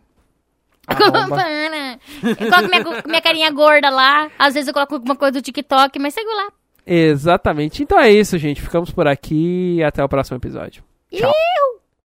[SPEAKER 2] Arromba.
[SPEAKER 3] Ana. Eu coloco minha, go- minha carinha gorda lá. Às vezes eu coloco alguma coisa do TikTok, mas segue eu lá.
[SPEAKER 2] Exatamente. Então é isso, gente. Ficamos por aqui. Até o próximo episódio. Tchau.
[SPEAKER 3] Eu!